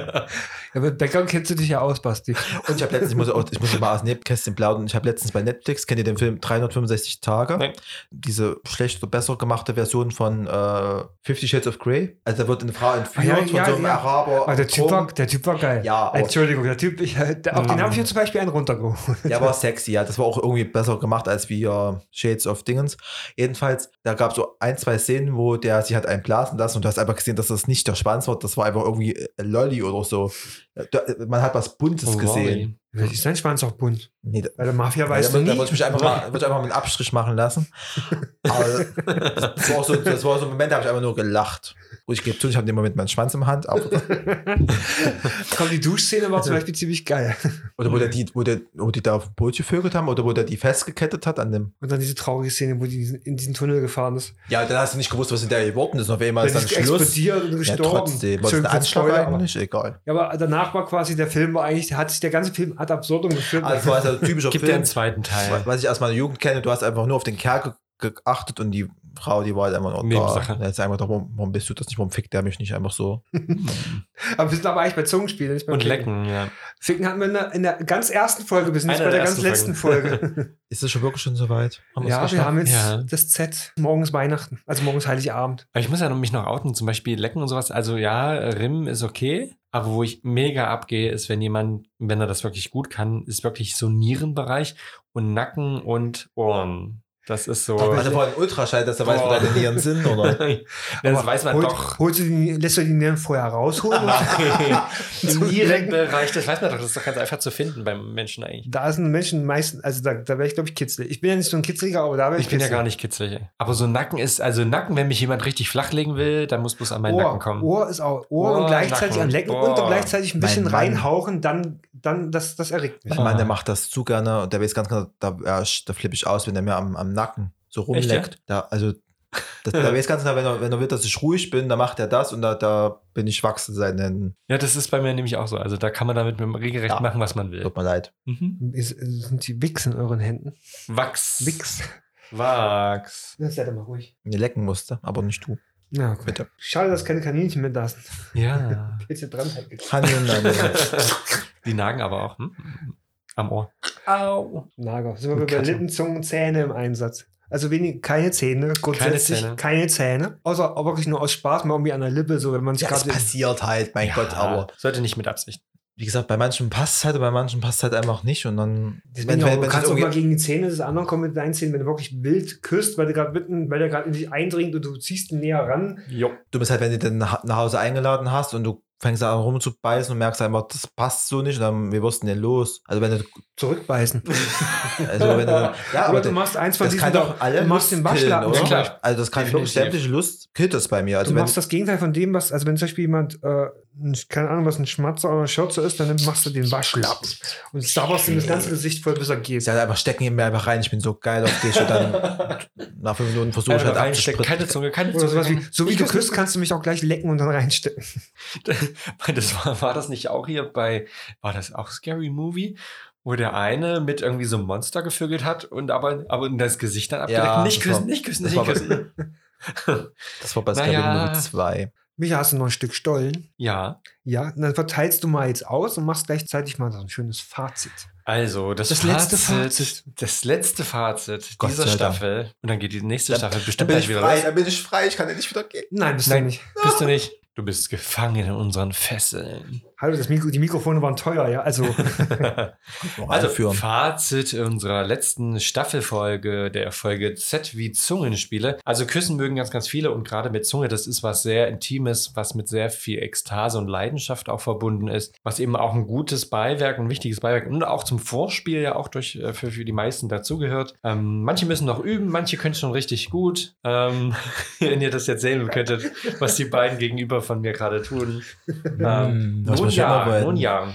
Speaker 1: Ja, mit Bäckern kennst du dich ja aus, Basti.
Speaker 2: Und ich habe letztens, ich muss, auch, ich muss mal aus dem Nähkästchen plaudern, ich habe letztens bei Netflix, kennt ihr den Film 365 Tage?
Speaker 3: Nein.
Speaker 2: Diese schlecht oder besser gemachte Version von äh, Fifty Shades of Grey. Also da wird eine Frau entführt
Speaker 1: Ah, ja,
Speaker 2: von
Speaker 1: ja,
Speaker 2: so einem
Speaker 1: ja.
Speaker 2: Araber.
Speaker 1: Aber ah, der
Speaker 2: Turm.
Speaker 1: typ, war, der typ war geil.
Speaker 2: Ja, aber-
Speaker 1: Entschuldigung, der Typ, ich, der, auf den habe ich mir zum Beispiel einen runtergeholt.
Speaker 2: Ja, war sexy, ja. Das war auch irgendwie besser gemacht als wie äh, Shades of Dingens. Jedenfalls, da gab es so ein, zwei Szenen, wo der sich hat einblasen lassen und du hast einfach gesehen, dass das nicht der Schwanz war. Das war einfach irgendwie äh, Lolli oder so. Äh, Da, man hat was Buntes
Speaker 3: Oh,
Speaker 2: gesehen.
Speaker 3: Lolli.
Speaker 1: Ist sein Schwanz auch bunt?
Speaker 2: Nee, da,
Speaker 1: Bei der Mafia
Speaker 2: da,
Speaker 1: weißt
Speaker 2: da,
Speaker 1: du
Speaker 2: wollte
Speaker 1: nie.
Speaker 2: ich mich einfach mal, wollte ich einfach mal einen Abstrich machen lassen. Aber das war auch so, das war so ein Moment, da habe ich einfach nur gelacht. Gut, ich gebe zu, ich habe in dem Moment meinen Schwanz im Hand, aber
Speaker 1: Komm, die Duschszene war zum Beispiel ziemlich geil.
Speaker 2: Oder wo, der
Speaker 1: Mhm.
Speaker 2: die, wo, der, wo die da auf dem Boot gevögelt haben oder wo der die festgekettet hat an dem.
Speaker 1: Und dann diese traurige Szene, wo die in diesen- in diesen Tunnel gefahren ist.
Speaker 2: Ja, dann hast du nicht gewusst, was in der geworden ist. Auf einmal ist
Speaker 1: Dann
Speaker 2: dann
Speaker 1: ist
Speaker 2: Schluss.
Speaker 1: explodiert und
Speaker 2: Ja,
Speaker 1: gestorben.
Speaker 2: trotzdem. War das
Speaker 1: Schön
Speaker 2: ein
Speaker 1: kurz
Speaker 2: Anschlag
Speaker 1: Spoiler, aber-
Speaker 2: eigentlich? Egal.
Speaker 1: Ja, aber danach war quasi der Film, war eigentlich, hat sich der ganze Film ad absurdum geführt.
Speaker 2: Also war es ein typischer
Speaker 3: Gibt ja
Speaker 2: Film,
Speaker 3: einen zweiten Teil.
Speaker 2: was ich aus meiner Jugend kenne. Du hast einfach nur auf den Kerl ge- geachtet und die Frau, die war halt einfach noch
Speaker 3: Nebensache.
Speaker 2: da. Jetzt einfach, doch, warum warum bist du das nicht? Warum fickt der mich nicht einfach so?
Speaker 1: aber wir sind aber eigentlich bei Zungenspielen. Nicht bei
Speaker 3: Und
Speaker 1: Ficken.
Speaker 3: lecken, ja.
Speaker 1: Ficken hatten wir in der, in der ganz ersten Folge, bis nicht
Speaker 3: Einer
Speaker 1: bei der,
Speaker 3: der
Speaker 1: ganz letzten
Speaker 3: ersten
Speaker 1: Folge.
Speaker 2: Ist das schon wirklich schon soweit? Haben wir's
Speaker 1: ja, wir
Speaker 2: geschafft?
Speaker 1: haben jetzt
Speaker 3: Ja.
Speaker 1: das Z. Morgens Weihnachten, also morgens Heiligabend.
Speaker 3: Aber ich muss ja noch- mich noch outen, zum Beispiel lecken und sowas. Also ja, Rim ist okay. Aber wo ich mega abgehe, ist, wenn jemand, wenn er das wirklich gut kann, ist wirklich so Nierenbereich und Nacken und Ohren. Das ist so.
Speaker 2: also vor allem Ultraschall, dass er weiß, wo
Speaker 3: Boah.
Speaker 2: deine Nieren sind, oder?
Speaker 3: das
Speaker 1: Aber
Speaker 3: weiß man
Speaker 1: holt,
Speaker 3: doch.
Speaker 1: Holst du die, lässt du die Nieren vorher rausholen?
Speaker 3: Im
Speaker 1: Zu lecken.
Speaker 3: Nierenbereich, das weiß man doch. Das ist doch ganz einfach zu finden beim Menschen eigentlich.
Speaker 1: da sind Menschen meistens, also da, da wäre ich, glaube ich, kitzelig. Ich bin ja nicht so ein Kitzeliger, aber da wäre ich
Speaker 3: Ich bin ja gar nicht kitzelig. ey. Aber so Nacken ist, also Nacken, wenn mich jemand richtig flachlegen will, dann muss bloß an meinen
Speaker 1: Ohr,
Speaker 3: Nacken kommen.
Speaker 1: Ohr ist auch Ohr,
Speaker 3: Ohr,
Speaker 1: und gleichzeitig
Speaker 3: Nacken.
Speaker 1: am Lecken
Speaker 3: Boah.
Speaker 1: und dann gleichzeitig ein
Speaker 2: Mein
Speaker 1: bisschen
Speaker 2: Mann.
Speaker 1: reinhauchen, dann, dann das, das erregt mich.
Speaker 2: Mein Mann, der macht das zu gerne und der weiß ganz genau, da, ja, sch- da flippe ich aus, wenn er mir am, am Nacken so rumleckt.
Speaker 3: Echt,
Speaker 2: Da, also, das, da weiß ganz genau, wenn er, wenn er will, dass ich ruhig bin, dann macht er das und da, da bin ich wachsen seinen Händen.
Speaker 3: Ja, das ist bei mir nämlich auch so. Also da kann man damit mit dem regelrecht
Speaker 2: Ja.
Speaker 3: machen, was man will.
Speaker 2: Tut mir leid.
Speaker 3: Mhm.
Speaker 1: Ist, sind die Wichs in euren Händen?
Speaker 3: Wachs.
Speaker 1: Wichs.
Speaker 3: Wachs.
Speaker 1: Ja, Seid ihr mal ruhig.
Speaker 2: Mir lecken musste, aber nicht du.
Speaker 1: Ja, okay.
Speaker 2: Bitte.
Speaker 1: Schade, dass keine Kaninchen mehr da sind.
Speaker 3: Ja.
Speaker 1: Jetzt dran halt
Speaker 2: Handeln dann.
Speaker 3: Die nagen aber auch hm? am Ohr. Au.
Speaker 1: Nager. Sind wir
Speaker 3: Und
Speaker 1: bei
Speaker 3: Katze.
Speaker 1: Lippen, Zungen, Zähne im Einsatz. Also wenig, keine Zähne, grundsätzlich
Speaker 3: Zähne.
Speaker 1: keine Zähne. Außer auch wirklich nur aus Spaß, mal irgendwie an der Lippe, so wenn man sich
Speaker 2: Ja, das
Speaker 1: gerade.
Speaker 2: passiert halt, mein Gott, aber
Speaker 3: Sollte nicht mit Absicht.
Speaker 2: wie gesagt, bei manchen passt es halt, und bei manchen passt es halt einfach nicht und dann
Speaker 1: Wenn, wenn, du
Speaker 2: es
Speaker 1: kannst auch mal
Speaker 2: irgendwie-
Speaker 1: gegen die Zähne des anderen kommen mit deinen Zähnen, wenn du wirklich wild küsst, weil der gerade mitten, weil der gerade in dich eindringt und du ziehst ihn näher ran.
Speaker 3: Jo.
Speaker 2: du bist halt, wenn du den nach nach Hause eingeladen hast und du fängst an rumzubeißen und merkst einfach, das passt so nicht und dann wir wirst denn los. Also wenn du,
Speaker 1: Zurückbeißen.
Speaker 2: also wenn du ja,
Speaker 1: Oder
Speaker 2: aber
Speaker 1: du
Speaker 2: der-
Speaker 1: machst eins von
Speaker 2: das
Speaker 1: diesen
Speaker 2: kann doch alle
Speaker 1: du machst
Speaker 2: Lust
Speaker 1: den Waschlappen
Speaker 2: killen,
Speaker 3: Ja,
Speaker 2: oder?
Speaker 1: gleich.
Speaker 3: klar.
Speaker 2: Also das kann
Speaker 3: Definitiv.
Speaker 2: sämtliche Lust killt das bei mir. Also
Speaker 1: du
Speaker 2: wenn,
Speaker 1: machst das Gegenteil von dem, was, also wenn zum Beispiel jemand, äh, ein- keine Ahnung, was ein Schmatzer oder ein Schürzer ist, dann nimm- machst du den Waschlappen und sabberst ihm das ganze Gesicht voll, bis er geht.
Speaker 2: Sie halt einfach stecken in mir einfach rein, ich bin so geil auf dich und dann nach fünf Minuten versuche ich halt
Speaker 3: reinstecken.
Speaker 2: abzuspritzen.
Speaker 3: Keine Zunge, keine
Speaker 1: Oder
Speaker 3: Zunge.
Speaker 1: sowas wie, so wie
Speaker 3: Ich
Speaker 1: du
Speaker 3: küsse-
Speaker 1: küsst, kannst du mich auch gleich lecken und dann reinstecken.
Speaker 3: Das war, war das nicht auch hier bei, war das auch Scary Movie? Wo der eine mit irgendwie so einem Monster gevögelt hat und aber, aber das Gesicht dann abgedeckt.
Speaker 2: Ja,
Speaker 3: nicht
Speaker 2: das
Speaker 3: küssen,
Speaker 2: war-
Speaker 3: nicht küssen,
Speaker 2: das
Speaker 3: nicht
Speaker 2: war-
Speaker 3: küssen.
Speaker 2: Das war bei
Speaker 3: Na
Speaker 2: Scary
Speaker 3: ja.
Speaker 2: Movie 2.
Speaker 1: Micha, hast du noch ein Stück Stollen?
Speaker 3: ja,
Speaker 1: Ja, und dann verteilst du mal jetzt aus und machst gleichzeitig mal so ein schönes Fazit.
Speaker 3: also das,
Speaker 2: Das
Speaker 3: Fazit,
Speaker 2: letzte Fazit.
Speaker 3: Das letzte Fazit
Speaker 2: Gott
Speaker 3: dieser
Speaker 2: sei Dank.
Speaker 3: Staffel. Und dann geht die nächste Staffel bestimmt gleich wieder los.
Speaker 2: bin ich frei, ich kann ja nicht wieder gehen.
Speaker 1: Nein, bist
Speaker 3: Nein.
Speaker 1: du nicht.
Speaker 3: Bist du nicht? Du bist gefangen in unseren Fesseln.
Speaker 1: Hallo, das Mikro, die Mikrofone waren teuer, ja. Also,
Speaker 2: Also
Speaker 3: Also
Speaker 2: führen.
Speaker 3: Fazit unserer letzten Staffelfolge, der Folge Z wie Zungenspiele. Also Küssen mögen ganz, ganz viele und gerade mit Zunge, das ist was sehr Intimes, was mit sehr viel Ekstase und Leidenschaft auch verbunden ist, was eben auch ein gutes Beiwerk, ein wichtiges Beiwerk und auch zum Vorspiel ja auch durch äh, für, für die meisten dazugehört. Ähm, manche müssen noch üben, manche können schon richtig gut. Ähm, wenn ihr das jetzt sehen könntet, was die beiden gegenüber von mir gerade tun. Ähm,
Speaker 2: was
Speaker 3: nun,
Speaker 2: wir schon
Speaker 3: ja,
Speaker 2: arbeiten.
Speaker 3: nun ja.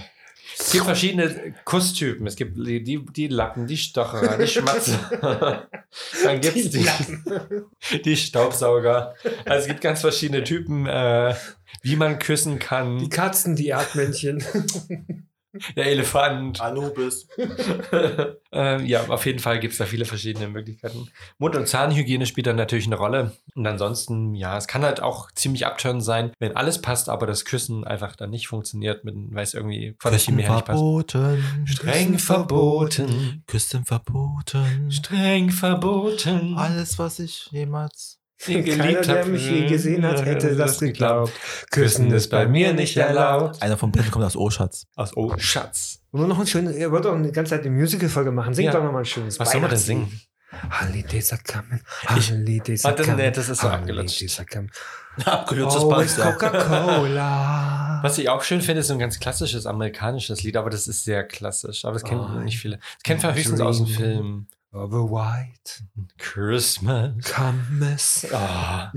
Speaker 3: Es gibt verschiedene Kusstypen. Es gibt die, die, die Lappen, die Stocherer, die Schmatzer. Dann gibt es die, die, Staubsauger. Also es gibt ganz verschiedene Typen, äh, wie man küssen
Speaker 1: die
Speaker 3: kann.
Speaker 1: Katzen, die Erdmännchen.
Speaker 3: Der
Speaker 2: Ah.
Speaker 3: Elefant.
Speaker 2: Anubis.
Speaker 3: ähm, ja, auf jeden Fall gibt es da viele verschiedene Möglichkeiten. Mund- und Zahnhygiene spielt dann natürlich eine Rolle. Und ansonsten, ja, es kann halt auch ziemlich abtörend sein, wenn alles passt, aber das Küssen einfach dann nicht funktioniert, mit- weil es irgendwie von der Chemie her nicht passt.
Speaker 2: verboten.
Speaker 3: Streng verboten.
Speaker 2: Küssen verboten.
Speaker 3: Streng verboten.
Speaker 2: Alles, was ich jemals.
Speaker 3: Den
Speaker 1: Keiner,
Speaker 3: geliebt
Speaker 1: der
Speaker 3: hab.
Speaker 1: mich je gesehen hat, hätte das geglaubt.
Speaker 3: Küssen ist bei mir nicht erlaubt.
Speaker 2: Einer von beiden kommt aus Oschatz.
Speaker 3: Aus oh, Schatz.
Speaker 1: Und nur noch ein schönes, ihr wollt doch eine ganze Zeit eine Musical-Folge machen. Singt
Speaker 3: Ja.
Speaker 1: doch noch mal ein schönes
Speaker 3: Was soll man denn
Speaker 1: Weihnachtslied.
Speaker 3: singen?
Speaker 1: Holidays are coming. Holidays are
Speaker 3: Ah, das-
Speaker 1: coming.
Speaker 3: nee, das ist so abgelutscht.
Speaker 1: Holidays are coming.
Speaker 2: Abgelutschtes
Speaker 1: Always
Speaker 2: Band.
Speaker 1: Coca-Cola.
Speaker 3: Was ich auch schön finde, ist so ein ganz klassisches amerikanisches Lied, aber das ist sehr klassisch. Aber das kennen
Speaker 1: Oh,
Speaker 3: nicht viele. Das kennt man höchstens aus dem Film.
Speaker 1: Of a white
Speaker 3: Christmas.
Speaker 1: Camus.
Speaker 3: Ah.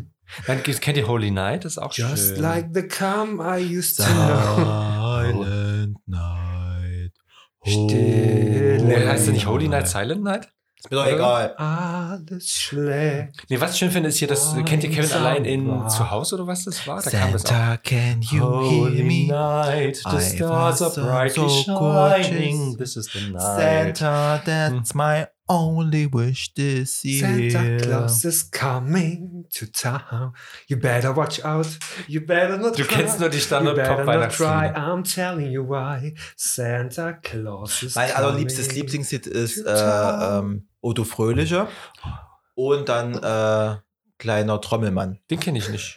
Speaker 3: Dann gibt's- kennt ihr Holy Night, das ist auch
Speaker 1: Just
Speaker 3: schön.
Speaker 1: like the calm I used to know.
Speaker 2: Silent Night.
Speaker 1: Stille
Speaker 3: nee, Äh, heißt das nicht Holy Night, Silent Night?
Speaker 2: Ist mir doch egal.
Speaker 1: Alles schlecht.
Speaker 3: Nee, was ich schön finde, ist hier, das äh, kennt ihr Kevin
Speaker 1: Einsam
Speaker 3: allein in
Speaker 1: war.
Speaker 3: Zuhause oder was das war? Da kam das auch.
Speaker 2: can
Speaker 3: Holy night, the
Speaker 2: I
Speaker 3: stars are
Speaker 2: was so
Speaker 3: brightly
Speaker 2: gorgeous.
Speaker 3: shining. This is the night.
Speaker 2: Santa, that's my only wish this year.
Speaker 1: Santa Claus is coming to town. You better watch out. You better not
Speaker 3: Du
Speaker 1: cry.
Speaker 3: kennst nur die
Speaker 1: You
Speaker 3: standard
Speaker 1: better
Speaker 3: pop
Speaker 1: not cry.
Speaker 3: weihnachtslieder
Speaker 1: I'm telling you why. Santa Claus is
Speaker 2: Mein
Speaker 3: also
Speaker 1: coming.
Speaker 2: allerliebstes Lieblingslied ist
Speaker 1: to
Speaker 2: äh,
Speaker 1: town.
Speaker 2: ähm, Odo Fröhlicher und dann äh, Kleiner Trommelmann.
Speaker 3: Den kenne ich
Speaker 2: Ist
Speaker 3: nicht.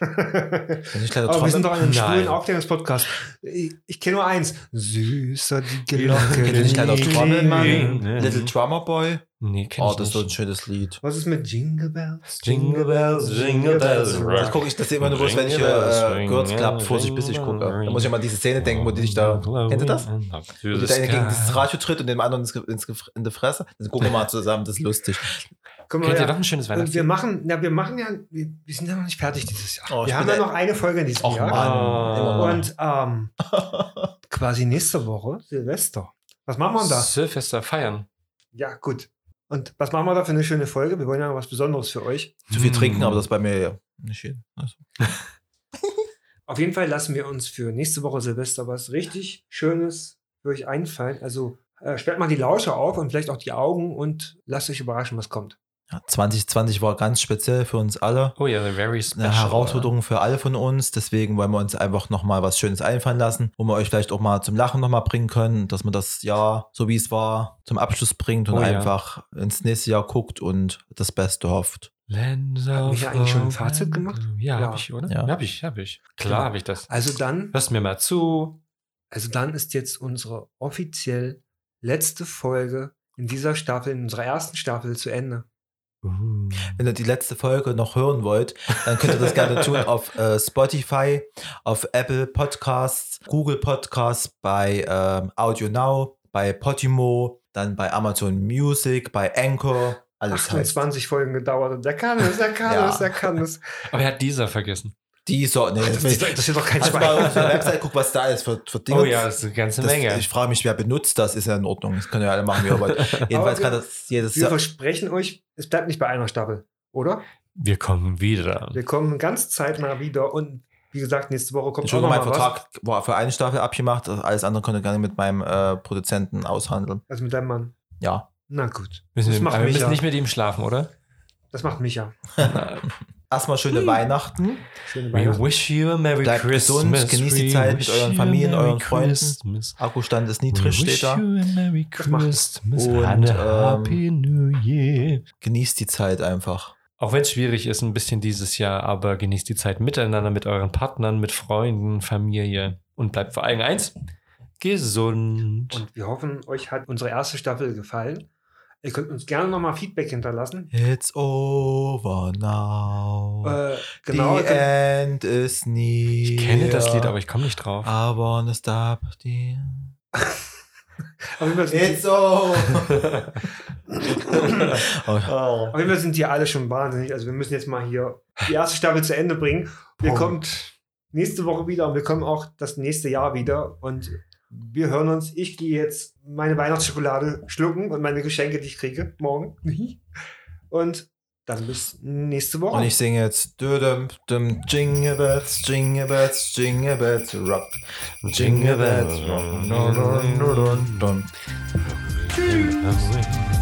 Speaker 2: nicht Kleiner
Speaker 1: Aber Oh, wir sind
Speaker 2: Trommel?
Speaker 1: doch ein schwulen
Speaker 3: Also Nein.
Speaker 1: Aufklärungspodcast. Ich, ich kenne nur eins. Süßer die
Speaker 2: Kennt ihr nicht Kleiner Trommelmann?
Speaker 3: Nee.
Speaker 2: Little Drummer Boy.
Speaker 3: Nee, kenne
Speaker 2: Oh,
Speaker 3: Mhm. ich
Speaker 2: das ist so ein
Speaker 3: nicht.
Speaker 2: schönes Lied.
Speaker 1: Was ist mit Jingle Bells?
Speaker 3: Jingle Bells, Jingle Bells, Äh, also, rock.
Speaker 2: Das gucke Äh, ich, das sehe immer nur bloß, wenn ich äh, äh, Girls Club vorsichtig gucke. Da muss ich immer an diese Szene denken, wo die dich da.
Speaker 3: Oh,
Speaker 2: Kennt ihr das? Wo die da gegen das Radio tritt und dem anderen ins, Ge- ins, Ge- in die Fresse. Dann gucken wir mal zusammen, das ist lustig.
Speaker 1: Guck mal,
Speaker 3: Kennt ihr
Speaker 1: ja.
Speaker 3: doch ein schönes
Speaker 1: Und wir
Speaker 3: Weihnachtslied?
Speaker 1: machen, na, wir machen ja, wir, wir sind ja noch nicht fertig dieses Jahr.
Speaker 2: Oh, ich
Speaker 1: wir haben
Speaker 2: bin
Speaker 1: ja
Speaker 2: der-
Speaker 1: noch eine Folge in diesem
Speaker 2: Och
Speaker 1: Jahr.
Speaker 2: Mann.
Speaker 3: Ah.
Speaker 2: Immer-
Speaker 1: Und ähm, quasi nächste Woche, Silvester. Was machen wir da?
Speaker 3: Silvester feiern.
Speaker 1: Ja, gut. Und was machen wir da für eine schöne Folge? Wir wollen ja noch was Besonderes für euch.
Speaker 2: Zu viel
Speaker 3: Hm.
Speaker 2: trinken, aber das ist bei mir ja nicht schön. Also.
Speaker 1: Auf jeden Fall lassen wir uns für nächste Woche Silvester was richtig Schönes für euch einfallen. Also äh, sperrt mal die Lausche auf und vielleicht auch die Augen und lasst euch überraschen, was kommt.
Speaker 2: Ja, 2020 war ganz speziell für uns alle.
Speaker 3: Oh ja, they're very special.
Speaker 2: Eine Herausforderung für alle von uns. Deswegen wollen wir uns einfach nochmal was Schönes einfallen lassen, wo wir euch vielleicht auch mal zum Lachen nochmal bringen können, dass man das Jahr, so wie es war, zum Abschluss bringt und
Speaker 3: Oh ja.
Speaker 2: einfach ins nächste Jahr guckt und das Beste hofft.
Speaker 3: Land
Speaker 1: Hat mich
Speaker 3: of
Speaker 1: eigentlich schon ein
Speaker 3: Open
Speaker 1: Fazit gemacht?
Speaker 3: Blue. Ja,
Speaker 1: Ja.
Speaker 3: habe ich, oder?
Speaker 2: Ja. Genau.
Speaker 3: Hab ich, habe ich. Klar habe ich das.
Speaker 1: Also dann,
Speaker 3: Hörst mir mal zu.
Speaker 1: also dann ist jetzt unsere offiziell letzte Folge in dieser Staffel, in unserer ersten Staffel zu Ende.
Speaker 2: Wenn ihr die letzte Folge noch hören wollt, dann könnt ihr das gerne tun auf äh, Spotify, auf Apple Podcasts, Google Podcasts, bei ähm, Audio Now, bei Podimo, dann bei Amazon Music, bei Anchor. Alles halt. heißt
Speaker 1: 28 Folgen gedauert und der kann es, der kann
Speaker 2: Ja.
Speaker 1: es, der kann es.
Speaker 3: Aber er hat dieser vergessen.
Speaker 2: dieser. Nee,
Speaker 1: Das
Speaker 2: das
Speaker 1: ist, das ist doch kein
Speaker 2: also mal auf der
Speaker 1: Schwein.
Speaker 2: Website guck, was da ist für, für Dinge.
Speaker 3: Oh ja, das ist eine ganze
Speaker 2: Das-
Speaker 3: Menge.
Speaker 2: Ich frage mich, wer benutzt das? Ist ja in Ordnung. Das können ja alle machen, wie ihr wollt. Jedenfalls
Speaker 1: wir-
Speaker 2: kann das jedes
Speaker 1: Wir
Speaker 2: Jahr.
Speaker 1: versprechen euch, es bleibt nicht bei einer Staffel, oder?
Speaker 3: Wir kommen wieder.
Speaker 1: Wir kommen ganz Zeit mal wieder und wie gesagt, nächste Woche kommt auch noch
Speaker 2: Entschuldigung, mein
Speaker 1: mal was.
Speaker 2: Vertrag war für eine Staffel abgemacht. Alles andere konnte gerne mit meinem äh, Produzenten aushandeln.
Speaker 1: Also mit deinem Mann.
Speaker 2: Ja.
Speaker 1: Na gut,
Speaker 3: Müssen
Speaker 1: Das
Speaker 3: wir,
Speaker 1: macht
Speaker 3: aber wir
Speaker 1: Micha.
Speaker 3: müssen nicht mit ihm schlafen, oder?
Speaker 1: das macht mich ja.
Speaker 2: Erstmal schöne Weihnachten.
Speaker 1: Schöne
Speaker 3: We
Speaker 1: Weihnachten.
Speaker 3: wish you a Merry
Speaker 2: Bleibt
Speaker 3: Christmas.
Speaker 2: gesund, genießt die
Speaker 3: We
Speaker 2: Zeit mit
Speaker 3: wish
Speaker 2: euren
Speaker 3: you a
Speaker 2: Familien,
Speaker 3: Merry
Speaker 2: euren Freunden.
Speaker 3: Christmas.
Speaker 2: Akkustand ist
Speaker 3: We
Speaker 2: niedrig,
Speaker 3: wish
Speaker 2: steht da.
Speaker 3: you a Merry
Speaker 1: Das macht es.
Speaker 3: Christmas
Speaker 2: Und,
Speaker 3: and a
Speaker 2: ähm,
Speaker 3: Happy New Year.
Speaker 2: Genießt die Zeit einfach.
Speaker 3: Auch wenn es schwierig ist, ein bisschen dieses Jahr, aber genießt die Zeit miteinander, mit euren Partnern, mit Freunden, Familie und bleibt vor allem eins: gesund.
Speaker 1: Und wir hoffen, euch hat unsere erste Staffel gefallen. Ihr könnt uns gerne nochmal Feedback hinterlassen.
Speaker 2: It's over now.
Speaker 1: Äh, genau,
Speaker 2: The
Speaker 1: ihr könnt,
Speaker 2: end is near.
Speaker 3: ich kenne das Lied, aber ich komme nicht drauf.
Speaker 2: I wanna stop the.
Speaker 1: auf, jeden Fall sind die,
Speaker 2: It's over. oh, ja.
Speaker 1: auf jeden Fall sind die alle schon wahnsinnig. Also wir müssen jetzt mal hier die erste Staffel zu Ende bringen. Wir
Speaker 3: Punkt.
Speaker 1: kommen nächste Woche wieder und wir kommen auch das nächste Jahr wieder. Und wir hören uns. Ich gehe jetzt meine Weihnachtsschokolade schlucken und meine Geschenke, die ich kriege, morgen. Und dann bis nächste Woche.
Speaker 2: Und ich singe jetzt Dödem, düm, Jingle Bells, Jingle Bells, Jingle Bells Rock. Jingle Bells Rock. Dun, dun, dun, dun.
Speaker 3: Tschüss.